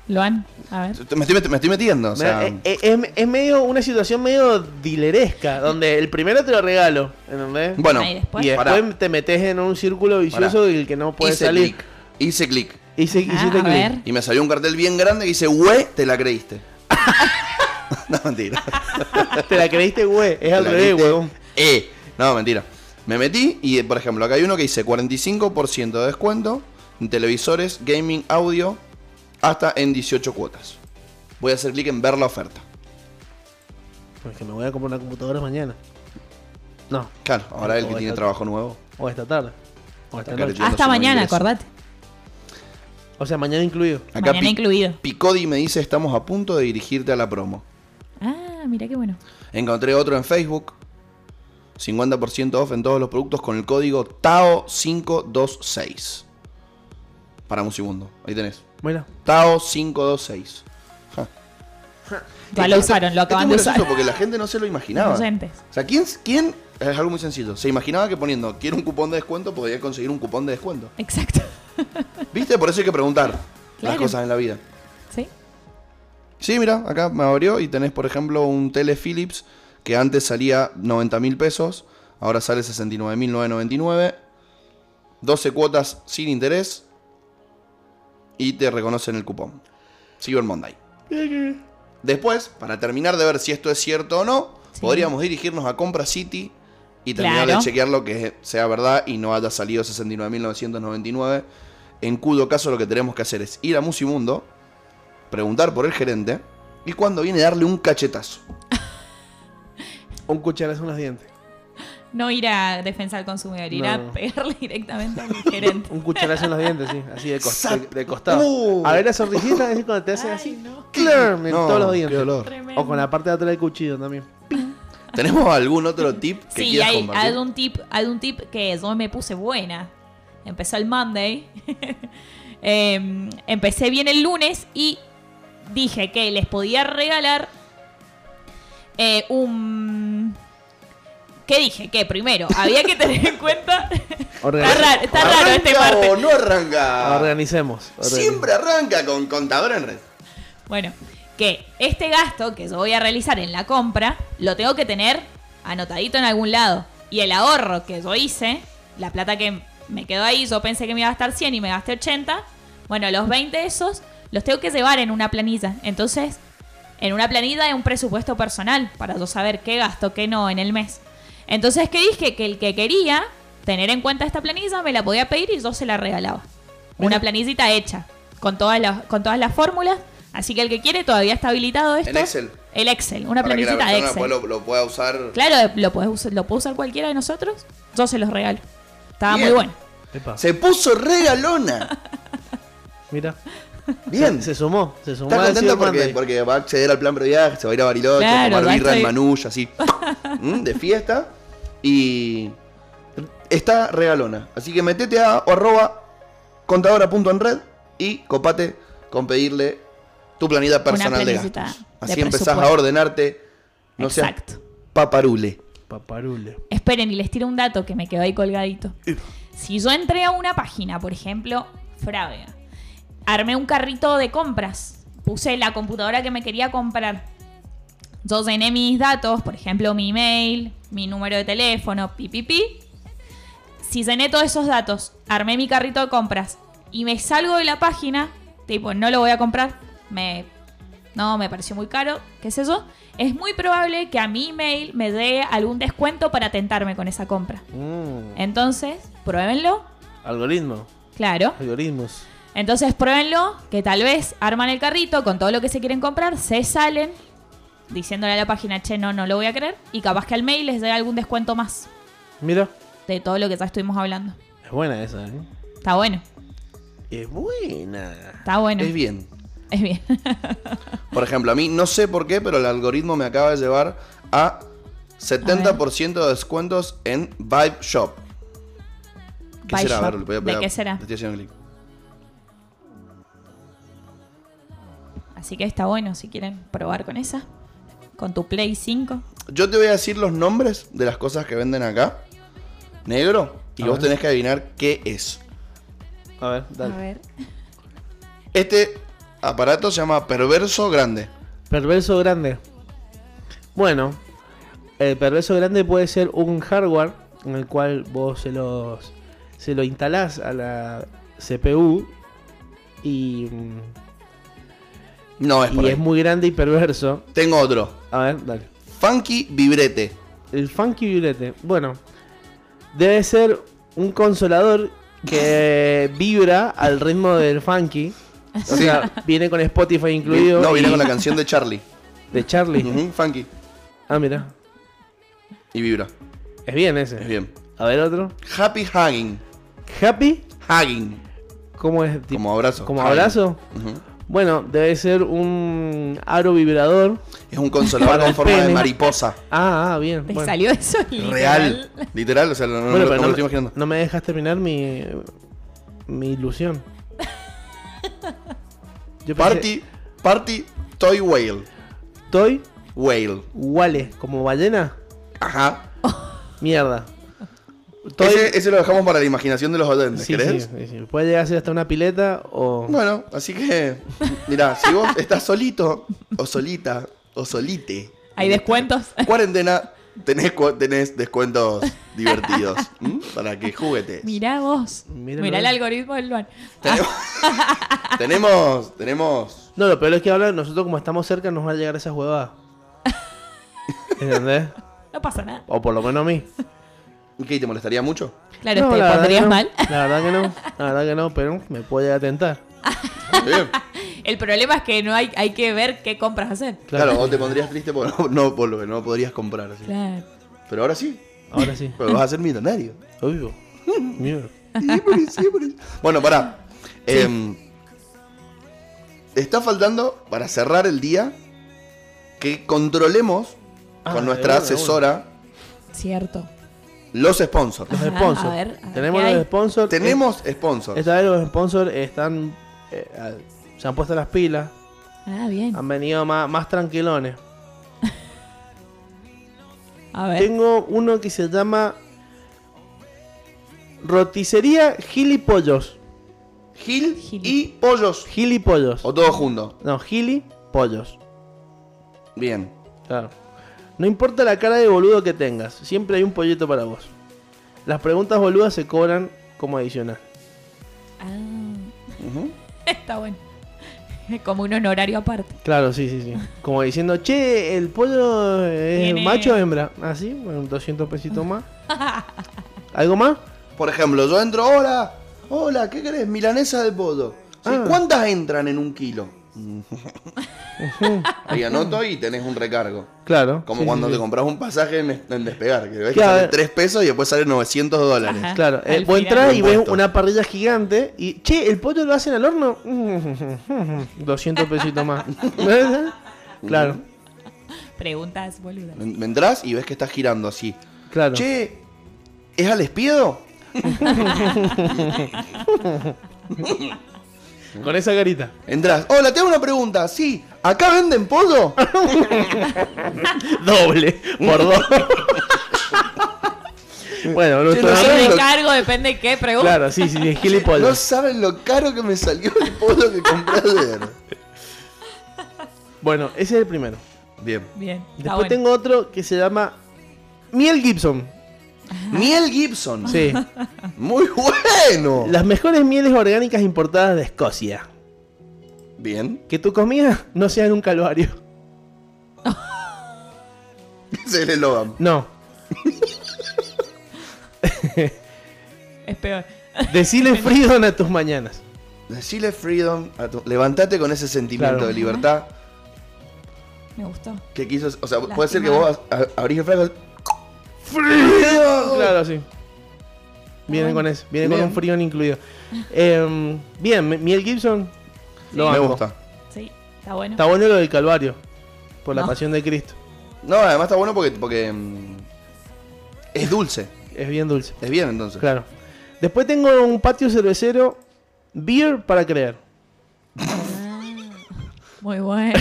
[SPEAKER 3] Loan, a ver.
[SPEAKER 2] Me estoy, met- me estoy metiendo, o sea.
[SPEAKER 1] Me- eh, eh, es, es medio una situación medio dileresca, donde el primero te lo regalo, ¿entendés?
[SPEAKER 2] bueno,
[SPEAKER 3] Ahí después.
[SPEAKER 1] y después
[SPEAKER 2] pará.
[SPEAKER 1] te metes en un círculo vicioso
[SPEAKER 2] Pará.
[SPEAKER 1] del que no puedes
[SPEAKER 2] hice
[SPEAKER 1] salir.
[SPEAKER 2] clic. Hice clic.
[SPEAKER 1] Y se,
[SPEAKER 3] Ah,
[SPEAKER 1] hiciste
[SPEAKER 3] a
[SPEAKER 1] clic.
[SPEAKER 3] ver.
[SPEAKER 2] Y me salió un cartel bien grande que dice, güey, te la creíste. no, mentira.
[SPEAKER 1] Te la creíste, güey. Es al
[SPEAKER 2] La
[SPEAKER 1] revés,
[SPEAKER 2] grité,
[SPEAKER 1] weón.
[SPEAKER 2] Eh, no, mentira. Me metí y, eh, por ejemplo, acá hay uno que dice 45% de descuento en televisores, gaming, audio, hasta en 18 cuotas. Voy a hacer clic en ver la oferta.
[SPEAKER 1] Porque me voy a comprar una computadora mañana. No,
[SPEAKER 2] Claro, ahora el que
[SPEAKER 1] O
[SPEAKER 2] tiene
[SPEAKER 1] esta-
[SPEAKER 2] trabajo nuevo.
[SPEAKER 1] o esta tarde. O esta
[SPEAKER 2] Acá
[SPEAKER 1] noche.
[SPEAKER 2] yo no
[SPEAKER 3] Hasta
[SPEAKER 2] sé, no
[SPEAKER 3] mañana,
[SPEAKER 2] ingreso.
[SPEAKER 3] acordate.
[SPEAKER 1] O sea, mañana incluido.
[SPEAKER 2] Acá
[SPEAKER 3] Mañana incluido.
[SPEAKER 2] Picodi me dice, estamos a punto de dirigirte a la promo.
[SPEAKER 3] Ah, mira qué bueno.
[SPEAKER 2] Encontré otro en Facebook. 50% off en todos los productos con el código TAO526. Para un segundo. Ahí tenés.
[SPEAKER 1] Bueno,
[SPEAKER 2] TAO526.
[SPEAKER 3] Ya lo usaron, lo acaban de
[SPEAKER 2] Esto es muy gracioso
[SPEAKER 3] usar.
[SPEAKER 2] porque la gente no se lo imaginaba.
[SPEAKER 3] Inocentes.
[SPEAKER 2] O sea, ¿quién, ¿quién? Es algo muy sencillo. Se imaginaba que poniendo quiero un cupón de descuento podía conseguir un cupón de descuento.
[SPEAKER 3] Exacto.
[SPEAKER 2] ¿Viste? Por eso hay que preguntar las
[SPEAKER 3] Claro.
[SPEAKER 2] cosas en la vida.
[SPEAKER 3] ¿Sí?
[SPEAKER 2] Sí, mira, acá me abrió y tenés, por ejemplo, un tele Philips que antes salía 90 mil pesos, ahora sale 69.999, 12 cuotas sin interés y te reconocen el cupón. Cyber Monday. Después, para terminar de ver si esto es cierto o no,
[SPEAKER 3] Sí.
[SPEAKER 2] podríamos dirigirnos a Compra City y terminar
[SPEAKER 3] Claro.
[SPEAKER 2] de chequear lo que sea verdad y no haya salido 69.999. En cuyo caso lo que tenemos que hacer es ir a Musimundo, preguntar por el gerente y cuando viene darle un cachetazo.
[SPEAKER 1] un cucharazo en los dientes.
[SPEAKER 3] No ir a defensa al consumidor, ir a
[SPEAKER 1] No.
[SPEAKER 3] pegarle directamente al gerente.
[SPEAKER 1] Un cucharazo en los dientes, sí. Así de, cos- de- de
[SPEAKER 2] Uh.
[SPEAKER 1] costado. A ver la sonrisita, es cuando te hacen
[SPEAKER 3] Ay,
[SPEAKER 1] así.
[SPEAKER 3] no.
[SPEAKER 1] ¡Clam! En
[SPEAKER 2] No,
[SPEAKER 1] todos los
[SPEAKER 2] qué
[SPEAKER 1] dientes.
[SPEAKER 2] dolor.
[SPEAKER 3] Tremendo.
[SPEAKER 1] O con la parte de atrás del cuchillo también.
[SPEAKER 2] ¿Tenemos algún otro tip que
[SPEAKER 3] Sí,
[SPEAKER 2] quieras
[SPEAKER 3] hay,
[SPEAKER 2] compartir?
[SPEAKER 3] hay un tip, hay un tip que yo me puse buena. Empezó el Monday. Em, empecé bien el lunes y dije que les podía regalar eh, un... ¿Qué dije? Que primero había que tener en cuenta... está
[SPEAKER 1] Organi-
[SPEAKER 3] raro, está raro este
[SPEAKER 2] ¿Arranca
[SPEAKER 3] martes.
[SPEAKER 2] o no arranca?
[SPEAKER 1] Organicemos. organi-
[SPEAKER 2] Siempre arranca con contador en red.
[SPEAKER 3] Bueno, que este gasto que yo voy a realizar en la compra lo tengo que tener anotadito en algún lado. Y el ahorro que yo hice, la plata que me quedó ahí, yo pensé que me iba a gastar 100 y me gasté 80. Bueno, los 20 esos los tengo que llevar en una planilla. Entonces, en una planilla de un presupuesto personal para yo saber qué gasto, qué no en el mes. Entonces, ¿qué dije? Que el que quería tener en cuenta esta planilla me la podía pedir y yo se la regalaba. Una planillita hecha, con todas las, con todas las fórmulas. Así que el que quiere todavía está habilitado esto.
[SPEAKER 2] En Excel.
[SPEAKER 3] El Excel, una
[SPEAKER 2] Para que la
[SPEAKER 3] planillita de
[SPEAKER 2] persona
[SPEAKER 3] Excel.
[SPEAKER 2] después lo, lo pueda usar.
[SPEAKER 3] Claro, lo, podés usar- lo puede usar cualquiera de nosotros. Yo se los regalo. Estaba
[SPEAKER 2] Bien.
[SPEAKER 3] muy bueno.
[SPEAKER 1] Epa,
[SPEAKER 2] Se puso regalona.
[SPEAKER 1] Mira.
[SPEAKER 2] Bien.
[SPEAKER 1] Se sumó. Se sumó.
[SPEAKER 2] Está
[SPEAKER 1] al
[SPEAKER 2] contenta
[SPEAKER 1] Cyber
[SPEAKER 2] porque,
[SPEAKER 1] Monday.
[SPEAKER 2] porque va a acceder al plan previaje, se va a ir a Bariloche,
[SPEAKER 3] Claro,
[SPEAKER 2] a
[SPEAKER 3] va a
[SPEAKER 2] tomar birra en
[SPEAKER 3] estar-
[SPEAKER 2] Manuya, así. mm, De fiesta. Y está regalona. Así que metete a arroba contadora.enred y copate con pedirle tu planilla personal de
[SPEAKER 3] planillita
[SPEAKER 2] gastos.
[SPEAKER 3] de
[SPEAKER 2] Así empezás a
[SPEAKER 3] presupuesto.
[SPEAKER 2] ordenarte. No
[SPEAKER 3] Exacto.
[SPEAKER 2] seas paparule.
[SPEAKER 1] Paparule.
[SPEAKER 3] Esperen, y les tiro un dato que me quedó ahí colgadito. Si yo entré a una página, por ejemplo, Fravia, armé un carrito de compras, puse la computadora que me quería comprar, yo llené mis datos, por ejemplo, mi email, mi número de teléfono, pipipi. Si llené todos esos datos, armé mi carrito de compras y me salgo de la página, tipo, no lo voy a comprar, me no, me pareció muy caro, qué sé yo, es muy probable que a mi email me dé algún descuento para tentarme con esa compra.
[SPEAKER 1] Mm,
[SPEAKER 3] Entonces, pruébenlo,
[SPEAKER 1] Algoritmo.
[SPEAKER 3] claro.
[SPEAKER 1] Algoritmos.
[SPEAKER 3] Entonces, pruébenlo, que tal vez arman el carrito con todo lo que se quieren comprar, se salen diciéndole a la página, che, no, no lo voy a creer, y capaz que al mail les dé algún descuento más
[SPEAKER 1] Mira.
[SPEAKER 3] de todo lo que ya estuvimos hablando.
[SPEAKER 1] Es buena esa, ¿eh?
[SPEAKER 3] Está bueno,
[SPEAKER 1] Es buena.
[SPEAKER 3] está bueno.
[SPEAKER 2] Es bien.
[SPEAKER 3] Es bien.
[SPEAKER 2] Por ejemplo, a mí no sé por qué, pero el algoritmo me acaba de llevar a 70% de descuentos en Vibe Shop. ¿Qué
[SPEAKER 3] By
[SPEAKER 2] será? A
[SPEAKER 3] Shop.
[SPEAKER 2] ver, le voy a
[SPEAKER 3] ¿De
[SPEAKER 2] pegar-
[SPEAKER 3] qué será?
[SPEAKER 2] le estoy haciendo clic.
[SPEAKER 3] Así que está bueno si quieren probar con esa, con tu Play 5.
[SPEAKER 2] Yo te voy a decir los nombres de las cosas que venden acá. Negro. Y
[SPEAKER 1] A
[SPEAKER 2] vos
[SPEAKER 1] ver.
[SPEAKER 2] tenés que adivinar qué es.
[SPEAKER 1] A ver, dale.
[SPEAKER 3] A ver.
[SPEAKER 2] Este aparato se llama Perverso Grande.
[SPEAKER 1] Perverso grande. Bueno, el perverso grande puede ser un hardware en el cual vos se los se lo instalás a la CPU y,
[SPEAKER 2] No es Ah, por
[SPEAKER 1] y
[SPEAKER 2] ahí.
[SPEAKER 1] es muy grande y perverso.
[SPEAKER 2] Tengo otro.
[SPEAKER 1] A ver, dale.
[SPEAKER 2] Funky Vibrete.
[SPEAKER 1] El funky violete. Bueno, debe ser un consolador que vibra al ritmo del funky. O
[SPEAKER 2] Sí.
[SPEAKER 1] sea, viene con Spotify incluido.
[SPEAKER 2] No, viene
[SPEAKER 1] y-
[SPEAKER 2] con la canción de Charlie.
[SPEAKER 1] De Charlie.
[SPEAKER 2] Ujú, funky.
[SPEAKER 1] Ah, mira.
[SPEAKER 2] Y vibra.
[SPEAKER 1] Es bien ese.
[SPEAKER 2] Es bien.
[SPEAKER 1] A ver otro.
[SPEAKER 2] Happy Hugging.
[SPEAKER 1] Happy.
[SPEAKER 2] Hugging.
[SPEAKER 1] ¿Cómo es? Tipo-
[SPEAKER 2] Como abrazo.
[SPEAKER 1] ¿Como
[SPEAKER 2] Hugging.
[SPEAKER 1] abrazo?
[SPEAKER 2] Ujú.
[SPEAKER 1] Bueno, debe ser un aro vibrador.
[SPEAKER 2] Es un consolador
[SPEAKER 1] Para
[SPEAKER 2] con
[SPEAKER 1] el
[SPEAKER 2] forma de
[SPEAKER 1] pene.
[SPEAKER 2] mariposa.
[SPEAKER 1] Ah, ah, bien.
[SPEAKER 3] Te
[SPEAKER 1] bueno.
[SPEAKER 3] salió eso
[SPEAKER 2] Real. Literal, o sea, no, no
[SPEAKER 1] Bueno,
[SPEAKER 2] lo-
[SPEAKER 1] pero no,
[SPEAKER 2] no me lo estoy
[SPEAKER 1] me,
[SPEAKER 2] imaginando.
[SPEAKER 1] no me dejas terminar mi, mi ilusión. Yo pensé-
[SPEAKER 2] Party, Party Toy Whale.
[SPEAKER 1] Toy
[SPEAKER 2] Whale.
[SPEAKER 1] Wale, como ballena.
[SPEAKER 2] Ajá.
[SPEAKER 1] Mierda. Toy-
[SPEAKER 2] Ese, ese lo dejamos para la imaginación de los oyentes,
[SPEAKER 1] sí, sí,
[SPEAKER 2] ¿querés?
[SPEAKER 1] sí, sí. Puede llegar a ser hasta una pileta o.
[SPEAKER 2] Bueno, así que, mirá, si vos estás solito, o solita, o solite,
[SPEAKER 3] Hay descuentos.
[SPEAKER 2] cuarentena, tenés, cu- tenés descuentos divertidos ¿m? para que juguetes.
[SPEAKER 3] Mirá vos.
[SPEAKER 1] Mira,
[SPEAKER 3] Mirá el
[SPEAKER 1] mirá.
[SPEAKER 3] algoritmo del Luan.
[SPEAKER 2] Tenemos, tenemos, tenemos-
[SPEAKER 1] No, lo peor es que ahora nosotros, como estamos cerca, nos van a llegar esas huevadas. ¿Entendés?
[SPEAKER 3] No pasa nada.
[SPEAKER 1] O por lo menos a mí.
[SPEAKER 2] ¿Y ¿Qué, te molestaría mucho?
[SPEAKER 3] Claro,
[SPEAKER 1] No,
[SPEAKER 3] te
[SPEAKER 1] la verdad
[SPEAKER 3] pondrías
[SPEAKER 1] que no.
[SPEAKER 3] mal.
[SPEAKER 1] La verdad que no, la verdad que no, pero me puede atentar.
[SPEAKER 2] Bien.
[SPEAKER 3] El problema es que no hay, hay que ver qué compras hacer.
[SPEAKER 2] Claro, o te pondrías triste por no, no, por lo que no podrías comprar. así.
[SPEAKER 3] Claro.
[SPEAKER 2] Pero ahora sí,
[SPEAKER 1] Ahora sí.
[SPEAKER 2] porque vas a ser millonario.
[SPEAKER 1] Obvio. Mierda.
[SPEAKER 2] Siempre, siempre. Bueno, pará. Em, está faltando, para cerrar el día, que controlemos
[SPEAKER 1] Ah,
[SPEAKER 2] con
[SPEAKER 1] de
[SPEAKER 2] nuestra
[SPEAKER 1] una, de
[SPEAKER 2] asesora
[SPEAKER 3] Cierto.
[SPEAKER 2] los sponsors.
[SPEAKER 1] Los
[SPEAKER 3] Ajá,
[SPEAKER 1] sponsors.
[SPEAKER 3] a ver, a ver,
[SPEAKER 1] Tenemos
[SPEAKER 3] ¿qué
[SPEAKER 1] los
[SPEAKER 3] hay?
[SPEAKER 1] sponsors.
[SPEAKER 2] Tenemos
[SPEAKER 1] Eh,
[SPEAKER 2] sponsors.
[SPEAKER 1] Esta vez los sponsors están. eh, a- se han puesto las pilas.
[SPEAKER 3] Ah, bien.
[SPEAKER 1] Han venido más, más tranquilones.
[SPEAKER 3] A ver.
[SPEAKER 1] Ah, Tengo uno que se llama. Roticería Gilipollos.
[SPEAKER 2] Gil
[SPEAKER 3] Gil.
[SPEAKER 2] y Pollos.
[SPEAKER 1] Gilipollos.
[SPEAKER 2] O todos juntos.
[SPEAKER 1] No, Gilipollos.
[SPEAKER 2] Bien.
[SPEAKER 1] Claro. No importa la cara de boludo que tengas, siempre hay un pollito para vos. Las preguntas boludas se cobran como adicional.
[SPEAKER 3] Ah,
[SPEAKER 2] Ujú.
[SPEAKER 3] está bueno. Es como un honorario aparte.
[SPEAKER 1] Claro, sí, sí, sí. Como diciendo, che, el pollo es
[SPEAKER 3] Tiene-
[SPEAKER 1] macho o hembra. Así, bueno, 200 pesitos más. ¿Algo más?
[SPEAKER 2] Por ejemplo, yo entro, hola, hola, ¿qué querés? Milanesa de pollo. Sí,
[SPEAKER 1] Ah.
[SPEAKER 2] ¿Cuántas entran en un kilo? Ahí anoto y tenés un recargo.
[SPEAKER 1] Claro.
[SPEAKER 2] Como
[SPEAKER 1] sí,
[SPEAKER 2] cuando
[SPEAKER 1] sí,
[SPEAKER 2] te
[SPEAKER 1] sí.
[SPEAKER 2] compras un pasaje en, en despegar, que ves que
[SPEAKER 1] Claro.
[SPEAKER 2] sale 3 pesos y después sale 900 dólares.
[SPEAKER 3] Ajá.
[SPEAKER 1] Claro,
[SPEAKER 3] Al
[SPEAKER 1] eh, vos
[SPEAKER 3] final.
[SPEAKER 1] entras y ves
[SPEAKER 2] Impuesto.
[SPEAKER 1] una parrilla gigante y, che, el pollo lo hacen al horno. 200 pesitos más. claro,
[SPEAKER 3] Preguntas, boludo.
[SPEAKER 2] Me Entrás y ves que está girando así.
[SPEAKER 1] claro.
[SPEAKER 2] Che, ¿es al espiedo?
[SPEAKER 1] Con esa carita.
[SPEAKER 2] Entrás. Hola, te hago una pregunta. Sí, ¿acá venden pollo?
[SPEAKER 1] Doble, por dos. bueno,
[SPEAKER 2] Che, no
[SPEAKER 1] nuestro
[SPEAKER 2] sé.
[SPEAKER 3] El
[SPEAKER 2] lo-
[SPEAKER 3] cargo depende de qué pregunta.
[SPEAKER 1] Claro, sí, sí, sí,
[SPEAKER 2] No
[SPEAKER 1] gilipollas.
[SPEAKER 2] saben lo caro que me salió el pollo que compré ayer.
[SPEAKER 1] Bueno, ese es el primero.
[SPEAKER 2] Bien.
[SPEAKER 3] Bien. Está
[SPEAKER 1] Después
[SPEAKER 3] bueno.
[SPEAKER 1] tengo otro que se llama Miel Gibson.
[SPEAKER 2] Miel Gibson.
[SPEAKER 1] Sí.
[SPEAKER 2] Muy bueno.
[SPEAKER 1] Las mejores mieles orgánicas importadas de Escocia.
[SPEAKER 2] Bien.
[SPEAKER 1] Que tu comida no sea en un calvario.
[SPEAKER 2] Ese es el eslogan.
[SPEAKER 1] No.
[SPEAKER 3] Es peor.
[SPEAKER 1] Decile Freedom a tus mañanas.
[SPEAKER 2] Decile freedom. a tu- Levantate con ese sentimiento
[SPEAKER 1] Claro.
[SPEAKER 2] de libertad.
[SPEAKER 3] Me gustó.
[SPEAKER 2] que quiso, o sea,
[SPEAKER 3] Lástima.
[SPEAKER 2] puede ser que vos a- abrís el frasco frío.
[SPEAKER 1] Claro, sí. Vienen con eso. Vienen con
[SPEAKER 2] Bien.
[SPEAKER 1] un frío incluido. Em, bien, mi- Miel Gibson. Lo
[SPEAKER 2] Me
[SPEAKER 1] banco.
[SPEAKER 2] gusta.
[SPEAKER 3] Sí, está bueno.
[SPEAKER 1] Está bueno lo del calvario. Por la
[SPEAKER 3] No.
[SPEAKER 1] pasión de Cristo.
[SPEAKER 2] No, además está bueno porque, porque mm, es dulce.
[SPEAKER 1] Es bien dulce.
[SPEAKER 2] Es bien entonces.
[SPEAKER 1] Claro. Después tengo un patio cervecero. Beer para creer.
[SPEAKER 3] Muy bueno.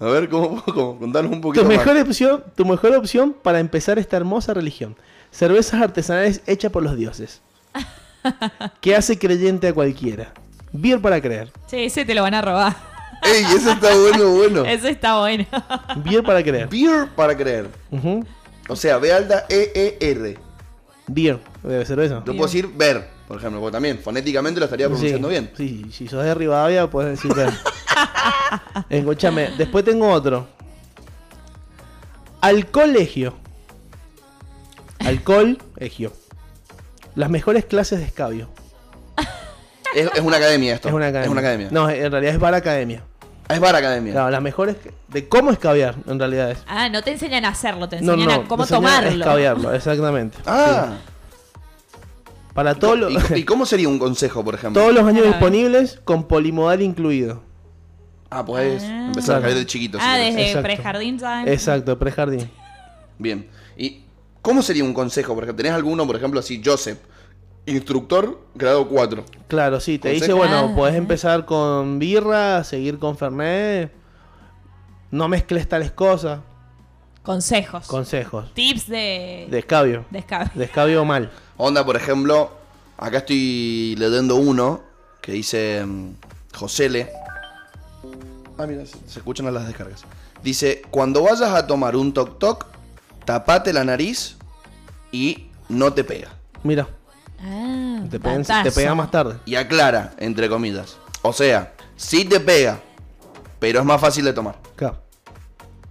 [SPEAKER 2] A ver, ¿cómo, cómo? Contanos un
[SPEAKER 1] Tu
[SPEAKER 2] poquito
[SPEAKER 1] mejor,
[SPEAKER 2] más.
[SPEAKER 1] opción, tu mejor opción para empezar esta hermosa religión. Cervezas artesanales hechas por los dioses. Que hace creyente a cualquiera. Bien para creer.
[SPEAKER 3] Che, ese te lo van a robar.
[SPEAKER 2] ¡Ey, eso está bueno, bueno!
[SPEAKER 3] Ese está bueno.
[SPEAKER 1] Bien para creer.
[SPEAKER 2] Beer para creer.
[SPEAKER 1] Ujú.
[SPEAKER 2] O sea, B alta E, E-E-R.
[SPEAKER 1] Dear, debe ser eso.
[SPEAKER 2] Yo puedo decir ver, por ejemplo, porque también fonéticamente lo estaría pronunciando
[SPEAKER 1] sí,
[SPEAKER 2] bien.
[SPEAKER 1] sí, si sos de Rivadavia puedes decir que... Escúchame, después tengo otro. Al colegio. Alcohol, egio. Las mejores clases de escabio.
[SPEAKER 2] Es, es una academia esto.
[SPEAKER 1] Es una academia.
[SPEAKER 2] No.
[SPEAKER 1] No, en realidad es bar academia.
[SPEAKER 2] Es bar academia.
[SPEAKER 1] Claro, las mejores que- de cómo escabiar, en realidad es.
[SPEAKER 3] Ah, no te enseñan a hacerlo, te
[SPEAKER 1] No,
[SPEAKER 3] enseñan
[SPEAKER 1] no,
[SPEAKER 3] a cómo
[SPEAKER 1] enseñar a
[SPEAKER 3] tomarlo.
[SPEAKER 1] Escabiarlo, exactamente.
[SPEAKER 2] Ah,
[SPEAKER 1] Sí. Para todos los,
[SPEAKER 2] ¿Y, y cómo sería un consejo, por ejemplo?
[SPEAKER 1] todos los años
[SPEAKER 3] Claro.
[SPEAKER 1] disponibles con polimodal incluido.
[SPEAKER 2] Ah, pues
[SPEAKER 3] Ah.
[SPEAKER 2] empezar a
[SPEAKER 1] Claro.
[SPEAKER 2] caer de chiquito. si
[SPEAKER 3] ah,
[SPEAKER 2] querés.
[SPEAKER 3] desde
[SPEAKER 1] Exacto.
[SPEAKER 3] prejardín ya.
[SPEAKER 1] Exacto, prejardín.
[SPEAKER 2] Bien. ¿Y cómo sería un consejo? Por ejemplo, ¿tenés alguno, por ejemplo, así, Joseph, instructor, grado 4?
[SPEAKER 1] Claro, sí, te dice,
[SPEAKER 2] Consejo.
[SPEAKER 1] bueno,
[SPEAKER 3] Ah.
[SPEAKER 1] podés empezar con birra, seguir con Fernet. No mezcles tales cosas.
[SPEAKER 3] Consejos.
[SPEAKER 1] Consejos.
[SPEAKER 3] Tips de.
[SPEAKER 1] De escabio.
[SPEAKER 3] de escape.
[SPEAKER 1] De escabio mal.
[SPEAKER 2] Onda, por ejemplo, acá estoy leyendo uno que dice mm, Josele. Ah, mira, se se escuchan a las descargas. Dice, cuando vayas a tomar un toc toc, tapate la nariz y no te pega.
[SPEAKER 1] Mira,
[SPEAKER 3] Ah,
[SPEAKER 1] te pegan- te
[SPEAKER 3] pantazo.
[SPEAKER 1] pega más tarde.
[SPEAKER 2] Y aclara, entre comillas. O sea, sí te pega, pero es más fácil de tomar.
[SPEAKER 1] Claro.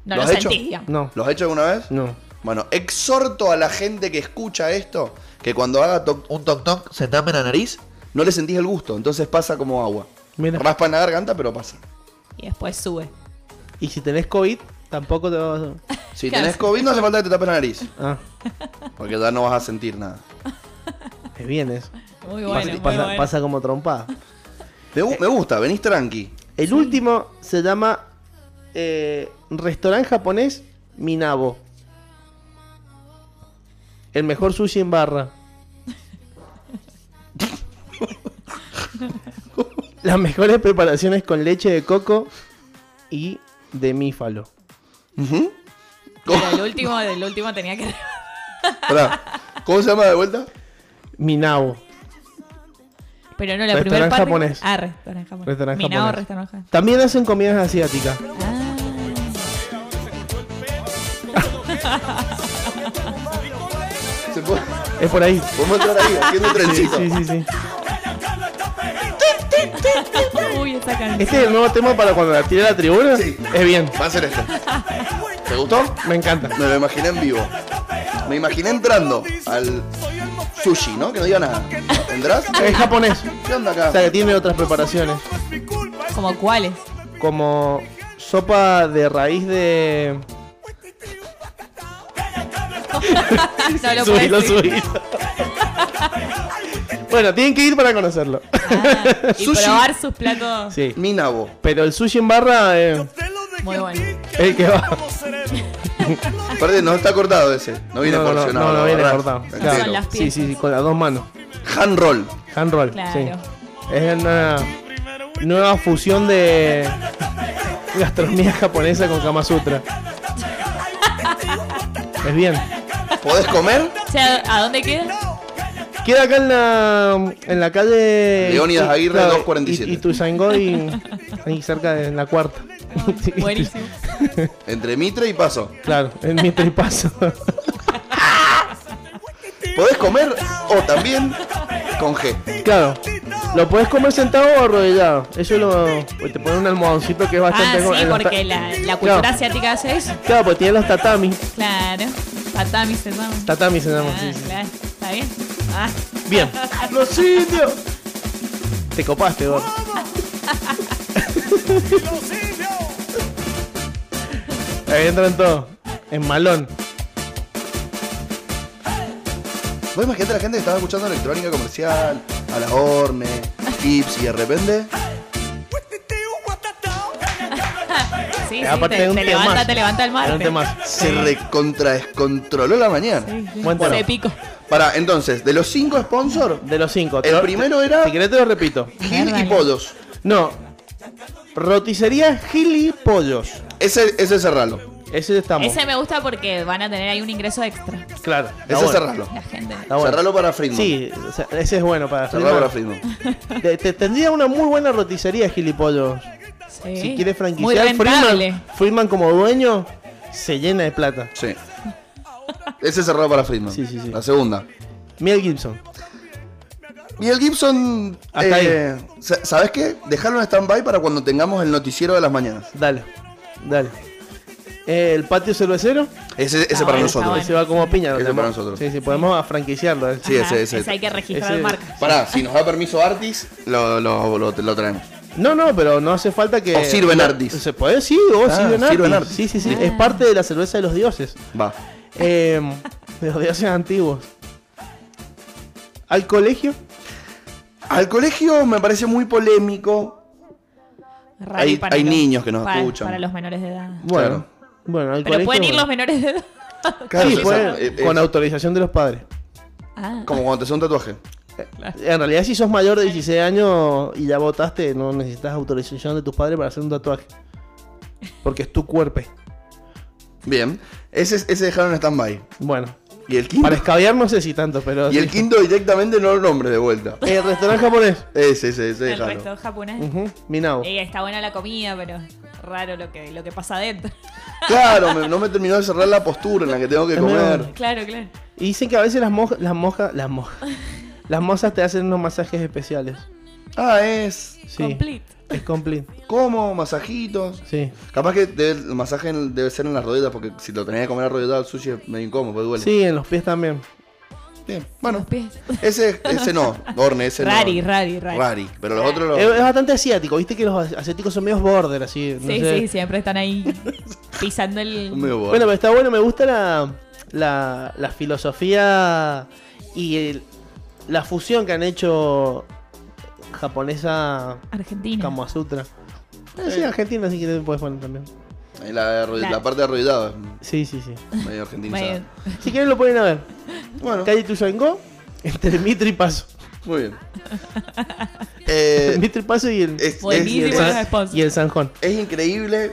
[SPEAKER 3] No
[SPEAKER 2] ¿Lo
[SPEAKER 3] lo,
[SPEAKER 2] has hecho?
[SPEAKER 3] sentís, digamos.
[SPEAKER 1] No,
[SPEAKER 2] ¿Los has hecho alguna vez?
[SPEAKER 1] no.
[SPEAKER 2] Bueno, exhorto a la gente que escucha esto que cuando haga toc- un toc toc se tape la nariz, no le sentís el gusto, entonces pasa como agua.
[SPEAKER 1] Mira.
[SPEAKER 2] Raspa en la garganta, pero pasa.
[SPEAKER 3] Y después sube.
[SPEAKER 1] Y si tenés COVID, tampoco te vas a...
[SPEAKER 2] Si
[SPEAKER 3] ¿Qué
[SPEAKER 2] tenés
[SPEAKER 3] haces?
[SPEAKER 2] COVID, no hace falta que te tapes la nariz,
[SPEAKER 1] Ah,
[SPEAKER 2] porque ya no vas a sentir nada.
[SPEAKER 1] es bien eso.
[SPEAKER 3] Muy
[SPEAKER 1] Pasa-
[SPEAKER 3] bueno, muy
[SPEAKER 1] pasa,
[SPEAKER 3] bueno.
[SPEAKER 1] pasa como trompada.
[SPEAKER 2] Me, gu- me gusta, venís tranqui.
[SPEAKER 1] El último se llama eh, Restaurante Japonés Minabo. El mejor sushi en barra. Las mejores preparaciones con leche de coco y de mífalo.
[SPEAKER 2] Ujú. ¿Cómo,
[SPEAKER 3] Pero el último, el último tenía que.
[SPEAKER 2] Pará, ¿Cómo se llama de vuelta?
[SPEAKER 1] Minabo.
[SPEAKER 3] Pero no, la
[SPEAKER 1] Restaurante
[SPEAKER 3] primera parte.
[SPEAKER 1] japonés.
[SPEAKER 3] Ah, restaurante japonés.
[SPEAKER 1] Restaurante
[SPEAKER 3] Minao,
[SPEAKER 1] japonés.
[SPEAKER 3] restaurante japonés.
[SPEAKER 1] También hacen comidas asiáticas.
[SPEAKER 2] ¿Se puede?
[SPEAKER 1] Es por ahí.
[SPEAKER 2] Podemos entrar ahí, haciendo
[SPEAKER 1] Sí,
[SPEAKER 2] trencito.
[SPEAKER 1] sí, sí, sí.
[SPEAKER 3] Ah. Uy, esa canción.
[SPEAKER 1] Este es el nuevo tema para cuando la tire a la tribuna.
[SPEAKER 2] Sí.
[SPEAKER 1] Es bien.
[SPEAKER 2] Va a ser este. ¿Te gustó?
[SPEAKER 1] Me encanta.
[SPEAKER 2] Me lo imaginé en vivo. Me imaginé entrando al sushi, ¿no? Que no diga nada. ¿Tendrás?
[SPEAKER 1] Es japonés.
[SPEAKER 2] ¿Qué onda
[SPEAKER 1] O sea
[SPEAKER 2] acá?
[SPEAKER 1] que tiene otras preparaciones.
[SPEAKER 3] Como cuáles.
[SPEAKER 1] Como sopa de raíz de.
[SPEAKER 3] no lo puedes
[SPEAKER 1] Subilo,
[SPEAKER 3] decir.
[SPEAKER 1] subilo. bueno, tienen que ir para conocerlo.
[SPEAKER 3] Ah, y
[SPEAKER 2] Sushi.
[SPEAKER 3] probar sus platos.
[SPEAKER 1] sí.
[SPEAKER 2] Minabo.
[SPEAKER 1] Pero el sushi en barra eh,
[SPEAKER 3] Muy bueno.
[SPEAKER 1] es el que va.
[SPEAKER 2] Aparte, no está cortado ese. No viene
[SPEAKER 1] no, no, no,
[SPEAKER 2] porcionado.
[SPEAKER 1] no,
[SPEAKER 2] la
[SPEAKER 1] viene
[SPEAKER 2] verdad.
[SPEAKER 1] cortado.
[SPEAKER 2] Entero.
[SPEAKER 1] Claro.
[SPEAKER 3] Son las
[SPEAKER 1] Sí,
[SPEAKER 3] piezas.
[SPEAKER 1] sí, sí, con las dos manos.
[SPEAKER 2] Hand roll.
[SPEAKER 1] Hand roll.
[SPEAKER 3] Claro.
[SPEAKER 1] sí. Es una nueva fusión de gastronomía japonesa con Kama Sutra. es bien.
[SPEAKER 2] ¿Podés comer?
[SPEAKER 3] O sea, ¿a dónde queda?
[SPEAKER 1] Queda acá en la, en la calle.
[SPEAKER 2] Leónidas Aguirre,
[SPEAKER 1] claro,
[SPEAKER 2] 247.
[SPEAKER 1] Y, y Ituzaingó y- ahí cerca de la cuarta. Sí,
[SPEAKER 3] Buenísimo.
[SPEAKER 2] Entre Mitre y Paso.
[SPEAKER 1] Claro, en mi tripaso.
[SPEAKER 2] ¿Podés comer o también con G?
[SPEAKER 1] claro. Lo podés comer sentado o arrodillado. Eso lo. pues te ponen un almohadoncito que es
[SPEAKER 3] Ah,
[SPEAKER 1] bastante.
[SPEAKER 3] sí,
[SPEAKER 1] en los ta-
[SPEAKER 3] porque la, la cultura
[SPEAKER 1] Claro.
[SPEAKER 3] asiática hace eso.
[SPEAKER 1] Claro, porque tiene los tatamis.
[SPEAKER 3] Claro. Tatami se llama.
[SPEAKER 1] Tatamis se llama.
[SPEAKER 3] Ah,
[SPEAKER 1] sí, sí.
[SPEAKER 3] claro. ¿Está bien? Ah,
[SPEAKER 1] Bien. ¡Los indios! Te copaste, vos. Ahí entran todos. En malón.
[SPEAKER 2] ¿Vos imaginate a la gente que estaba escuchando electrónica comercial, a la horne, tips y de repente.
[SPEAKER 3] sí, sí,
[SPEAKER 1] Eh, Aparte
[SPEAKER 3] te,
[SPEAKER 1] de un
[SPEAKER 3] te levanta,
[SPEAKER 1] temazo.
[SPEAKER 3] te levanta el mar.
[SPEAKER 1] Era un temazo.
[SPEAKER 2] Se recontra descontroló la mañana.
[SPEAKER 1] Buen tema.
[SPEAKER 3] Se pico.
[SPEAKER 2] Para, entonces, de los cinco sponsors,
[SPEAKER 1] De los cinco.
[SPEAKER 2] El primero era-
[SPEAKER 1] Si querés te lo repito.
[SPEAKER 2] Gil y Pollos.
[SPEAKER 1] No. Roticería Gilipollos.
[SPEAKER 2] Ese, ese cerralo.
[SPEAKER 1] Ese estamos.
[SPEAKER 3] Ese me gusta porque van a tener ahí un ingreso extra.
[SPEAKER 1] Claro.
[SPEAKER 2] Ese
[SPEAKER 1] está bueno,
[SPEAKER 2] cerralo.
[SPEAKER 3] La gente.
[SPEAKER 1] está bueno.
[SPEAKER 2] Cerralo para Friedman.
[SPEAKER 1] Sí, o sea, ese es bueno para
[SPEAKER 2] Cerralo para
[SPEAKER 1] Friedman.
[SPEAKER 2] Friedman.
[SPEAKER 1] Te, te- tendría una muy buena roticería, gilipollos.
[SPEAKER 3] Sí.
[SPEAKER 1] Si quieres
[SPEAKER 3] Muy
[SPEAKER 1] franquiciar
[SPEAKER 3] rentable.
[SPEAKER 1] Freeman, Freeman como dueño, se llena de plata.
[SPEAKER 2] Sí. Ese cerrado para Friedman.
[SPEAKER 1] Sí, sí, sí.
[SPEAKER 2] La segunda.
[SPEAKER 1] Mel Gibson.
[SPEAKER 2] Y el Gibson.
[SPEAKER 1] Hasta
[SPEAKER 2] eh, sa- ¿Sabes qué? Dejarlo en stand-by para cuando tengamos el noticiero de las mañanas.
[SPEAKER 1] Dale, dale. Eh, el patio cervecero,
[SPEAKER 2] Ese, ese
[SPEAKER 3] Está
[SPEAKER 2] para
[SPEAKER 3] Ah, bueno,
[SPEAKER 2] nosotros.
[SPEAKER 3] está
[SPEAKER 1] se va como piña.
[SPEAKER 2] Ese
[SPEAKER 1] ¿no?
[SPEAKER 2] para nosotros.
[SPEAKER 1] Sí, sí, podemos franquiciarlo. eh.
[SPEAKER 2] Sí,
[SPEAKER 3] Ajá,
[SPEAKER 2] ese, ese.
[SPEAKER 3] hay que registrar
[SPEAKER 1] Ese-
[SPEAKER 3] marca.
[SPEAKER 2] Pará, si nos da permiso Artis, lo, lo, lo, lo traemos.
[SPEAKER 1] No, no, pero no hace falta que.
[SPEAKER 2] O sirven Artis.
[SPEAKER 1] Se puede, sí, o
[SPEAKER 2] Ah,
[SPEAKER 1] sirven
[SPEAKER 2] sirven
[SPEAKER 1] Artis.
[SPEAKER 2] Artis.
[SPEAKER 1] Sí, sí, sí.
[SPEAKER 3] Ah.
[SPEAKER 1] Es parte de la cerveza de los dioses.
[SPEAKER 2] Va.
[SPEAKER 1] Eh, de los dioses antiguos. Al colegio,
[SPEAKER 2] Al colegio me parece muy polémico.
[SPEAKER 3] Raro
[SPEAKER 2] Hay,
[SPEAKER 3] para
[SPEAKER 2] hay
[SPEAKER 3] los-
[SPEAKER 2] niños que nos
[SPEAKER 3] para-
[SPEAKER 2] escuchan.
[SPEAKER 3] Para los menores de edad.
[SPEAKER 1] bueno. Bueno, al
[SPEAKER 3] Pero
[SPEAKER 1] colegio.
[SPEAKER 3] pueden ir
[SPEAKER 1] bueno.
[SPEAKER 3] los menores de edad.
[SPEAKER 2] Claro,
[SPEAKER 1] Sí,
[SPEAKER 2] o sea,
[SPEAKER 1] pueden,
[SPEAKER 2] eh, eh,
[SPEAKER 1] con autorización de los padres.
[SPEAKER 3] Ah,
[SPEAKER 2] Como cuando te hace un tatuaje.
[SPEAKER 1] En realidad, si sos mayor de 16 años y ya votaste, no necesitas autorización de tus padres para hacer un tatuaje. Porque es tu cuerpo.
[SPEAKER 2] Bien. Ese, ese dejaron en stand-by.
[SPEAKER 1] Bueno,
[SPEAKER 2] Y el quinto.
[SPEAKER 1] para escabear no sé si tanto, pero.
[SPEAKER 2] Y el
[SPEAKER 1] sí.
[SPEAKER 2] quinto directamente no lo nombres de vuelta.
[SPEAKER 1] Eh, restaurante japonés.
[SPEAKER 2] Ese, ese, ese,
[SPEAKER 3] el
[SPEAKER 2] déjalo.
[SPEAKER 3] resto japonés.
[SPEAKER 1] Ujú, Minao.
[SPEAKER 3] Eh, está buena la comida, pero raro lo que, lo que pasa adentro.
[SPEAKER 2] Claro, me- no me terminó de cerrar la postura en la que tengo que
[SPEAKER 1] Es medio-
[SPEAKER 2] comer.
[SPEAKER 3] claro, claro.
[SPEAKER 1] Y dicen que a veces las mojas. Las mojas. Las mojas. Las mozas te hacen unos masajes especiales.
[SPEAKER 2] Ah, es.
[SPEAKER 1] Sí.
[SPEAKER 3] Complete.
[SPEAKER 1] Es complete.
[SPEAKER 2] Como, masajitos.
[SPEAKER 1] Sí.
[SPEAKER 2] Capaz que debe- el masaje en- debe ser en las rodillas, porque si lo tenés que comer arrodillado al sushi es medio incómodo, pues duele.
[SPEAKER 1] Sí, en los pies también.
[SPEAKER 2] Bien, bueno.
[SPEAKER 3] Los pies.
[SPEAKER 2] Ese, ese no, Orne, ese
[SPEAKER 3] Rari,
[SPEAKER 2] no.
[SPEAKER 3] rari, rari.
[SPEAKER 2] Rari. Pero los otros
[SPEAKER 1] Es, es
[SPEAKER 2] los.
[SPEAKER 1] bastante asiático. Viste que los asiáticos son medios border, así. no
[SPEAKER 3] Sí,
[SPEAKER 1] sé.
[SPEAKER 3] sí, siempre están ahí pisando el.
[SPEAKER 2] Me voy.
[SPEAKER 1] Bueno, pero está bueno, me gusta la, la, la filosofía y el- la fusión que han hecho japonesa
[SPEAKER 3] Argentina.
[SPEAKER 1] Kama Sutra. Eh, sí, argentina, así que te puedes poner también. pues.
[SPEAKER 2] Ahí la, arro-
[SPEAKER 3] La-
[SPEAKER 2] la parte arrodillada
[SPEAKER 1] Sí, sí, sí.
[SPEAKER 2] es medio argentinizada.
[SPEAKER 3] Medio-
[SPEAKER 1] Si quieren lo pueden a ver.
[SPEAKER 2] Bueno,
[SPEAKER 1] Calle Tuyango, entre el Mitre y Paso.
[SPEAKER 2] muy bien. Eh,
[SPEAKER 1] el Mitre y Paso y el,
[SPEAKER 2] es- es-
[SPEAKER 3] Buenísimo
[SPEAKER 1] y el,
[SPEAKER 2] es-
[SPEAKER 3] los
[SPEAKER 1] San,
[SPEAKER 3] sponsors.
[SPEAKER 1] y el Sanjón.
[SPEAKER 2] Es increíble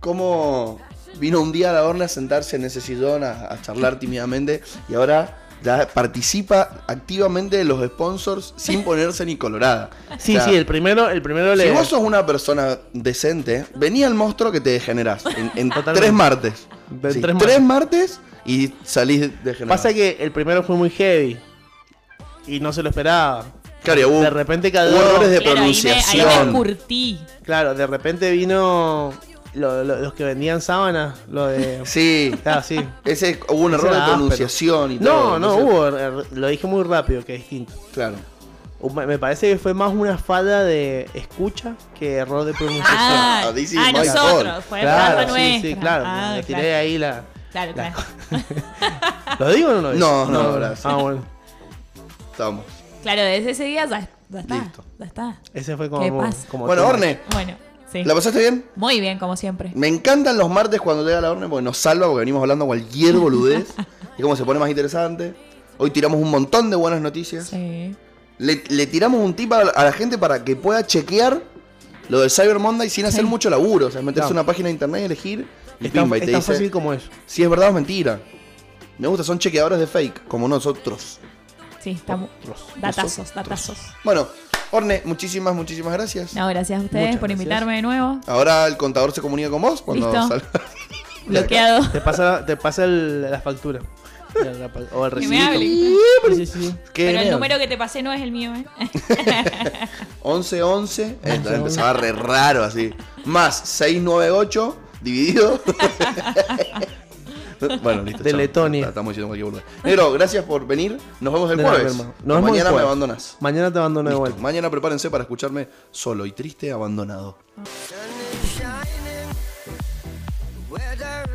[SPEAKER 2] cómo vino un día a la horna a sentarse en ese sillón a, a charlar tímidamente y ahora ya participa activamente de los sponsors sin ponerse ni colorada.
[SPEAKER 1] Sí,
[SPEAKER 2] O sea,
[SPEAKER 1] sí, el primero, el primero
[SPEAKER 2] Si
[SPEAKER 1] le...
[SPEAKER 2] vos sos una persona decente, vení al monstruo que te degenerás en, en
[SPEAKER 1] Totalmente.
[SPEAKER 2] tres martes.
[SPEAKER 1] De-
[SPEAKER 2] Sí,
[SPEAKER 1] tres
[SPEAKER 2] tres, martes y salís degenerado.
[SPEAKER 1] Pasa que el primero fue muy heavy y no se lo esperaba.
[SPEAKER 2] Claro, y hubo-
[SPEAKER 1] De repente cayó...
[SPEAKER 2] hubo errores de
[SPEAKER 3] Claro, ahí me, ahí me
[SPEAKER 2] pronunciación.
[SPEAKER 3] curtí.
[SPEAKER 1] Claro, de repente vino lo- lo- los que vendían sábanas, lo de...
[SPEAKER 2] Sí,
[SPEAKER 1] Ah, sí.
[SPEAKER 2] ese, hubo un
[SPEAKER 1] Ese
[SPEAKER 2] error de
[SPEAKER 1] era áspero.
[SPEAKER 2] pronunciación y
[SPEAKER 1] No,
[SPEAKER 2] todo.
[SPEAKER 1] no,
[SPEAKER 2] entonces-
[SPEAKER 1] hubo, er- lo dije muy rápido, que es distinto.
[SPEAKER 2] Claro.
[SPEAKER 1] O Me me parece que fue más una falda de escucha que error de pronunciación.
[SPEAKER 3] Ah,
[SPEAKER 2] Ah, this is
[SPEAKER 3] ah,
[SPEAKER 2] my fault.
[SPEAKER 3] nosotros. Fue
[SPEAKER 1] claro,
[SPEAKER 3] falta
[SPEAKER 1] sí,
[SPEAKER 3] nuestra.
[SPEAKER 1] sí, claro.
[SPEAKER 3] Ah,
[SPEAKER 1] me tiré
[SPEAKER 3] claro.
[SPEAKER 1] ahí la...
[SPEAKER 3] Claro, claro.
[SPEAKER 1] ¿Lo digo o no lo digo?
[SPEAKER 2] No, no, gracias.
[SPEAKER 1] Ah, bueno.
[SPEAKER 2] Estamos.
[SPEAKER 3] Claro, desde ese día ya, ya está.
[SPEAKER 2] Listo.
[SPEAKER 3] Ya está.
[SPEAKER 1] Ese fue como...
[SPEAKER 3] ¿Qué pasa?
[SPEAKER 1] como
[SPEAKER 2] Bueno,
[SPEAKER 1] todo.
[SPEAKER 2] Orne,
[SPEAKER 3] Bueno, sí.
[SPEAKER 2] ¿la pasaste bien?
[SPEAKER 3] Muy bien, como siempre.
[SPEAKER 2] Me encantan los martes cuando llega la Orne porque nos salva porque venimos hablando cualquier boludez. y como se pone más interesante. Hoy tiramos un montón de buenas noticias.
[SPEAKER 3] Sí.
[SPEAKER 2] Le, le tiramos un tip a, a la gente para que pueda chequear lo del Cyber Monday sin hacer mucho laburo. O sea, meterse
[SPEAKER 1] Claro.
[SPEAKER 2] en una página de internet y elegir. Y
[SPEAKER 1] Es tan,
[SPEAKER 2] pimba, y
[SPEAKER 1] es
[SPEAKER 2] te
[SPEAKER 1] tan
[SPEAKER 2] dice
[SPEAKER 1] fácil como eso.
[SPEAKER 2] si es verdad o es mentira. Me gusta, son chequeadores de fake, como nosotros.
[SPEAKER 3] Sí, estamos. Datazos, datazos.
[SPEAKER 2] Bueno, Orne, muchísimas, muchísimas gracias.
[SPEAKER 3] No, gracias a ustedes
[SPEAKER 1] Muchas
[SPEAKER 3] por
[SPEAKER 1] gracias.
[SPEAKER 3] invitarme de nuevo.
[SPEAKER 2] Ahora el contador se comunica con vos cuando
[SPEAKER 3] Listo.
[SPEAKER 2] salga.
[SPEAKER 3] Bloqueado.
[SPEAKER 1] Te pasa, te pasa el- la factura. La- la- O el
[SPEAKER 3] Que
[SPEAKER 1] recibo.
[SPEAKER 3] me hable.
[SPEAKER 1] Sí, sí, sí.
[SPEAKER 2] Qué
[SPEAKER 3] Pero el
[SPEAKER 2] miedo.
[SPEAKER 3] número que te pasé no es el mío, ¿eh?
[SPEAKER 2] 11, 11. eh, empezaba re raro así. Más 698 dividido. bueno, listo.
[SPEAKER 1] De
[SPEAKER 2] chao.
[SPEAKER 1] Letonia.
[SPEAKER 2] Está- Estamos diciendo cualquier boludez. Negro, gracias por venir. Nos vemos el
[SPEAKER 1] De nada, mi
[SPEAKER 2] jueves.
[SPEAKER 1] hermano. Nos vemos el
[SPEAKER 2] Mañana me
[SPEAKER 1] jueves.
[SPEAKER 2] abandonas.
[SPEAKER 1] Mañana te abandono de
[SPEAKER 2] Listo.
[SPEAKER 1] vuelta.
[SPEAKER 2] Mañana prepárense para escucharme solo y triste abandonado.
[SPEAKER 4] Weather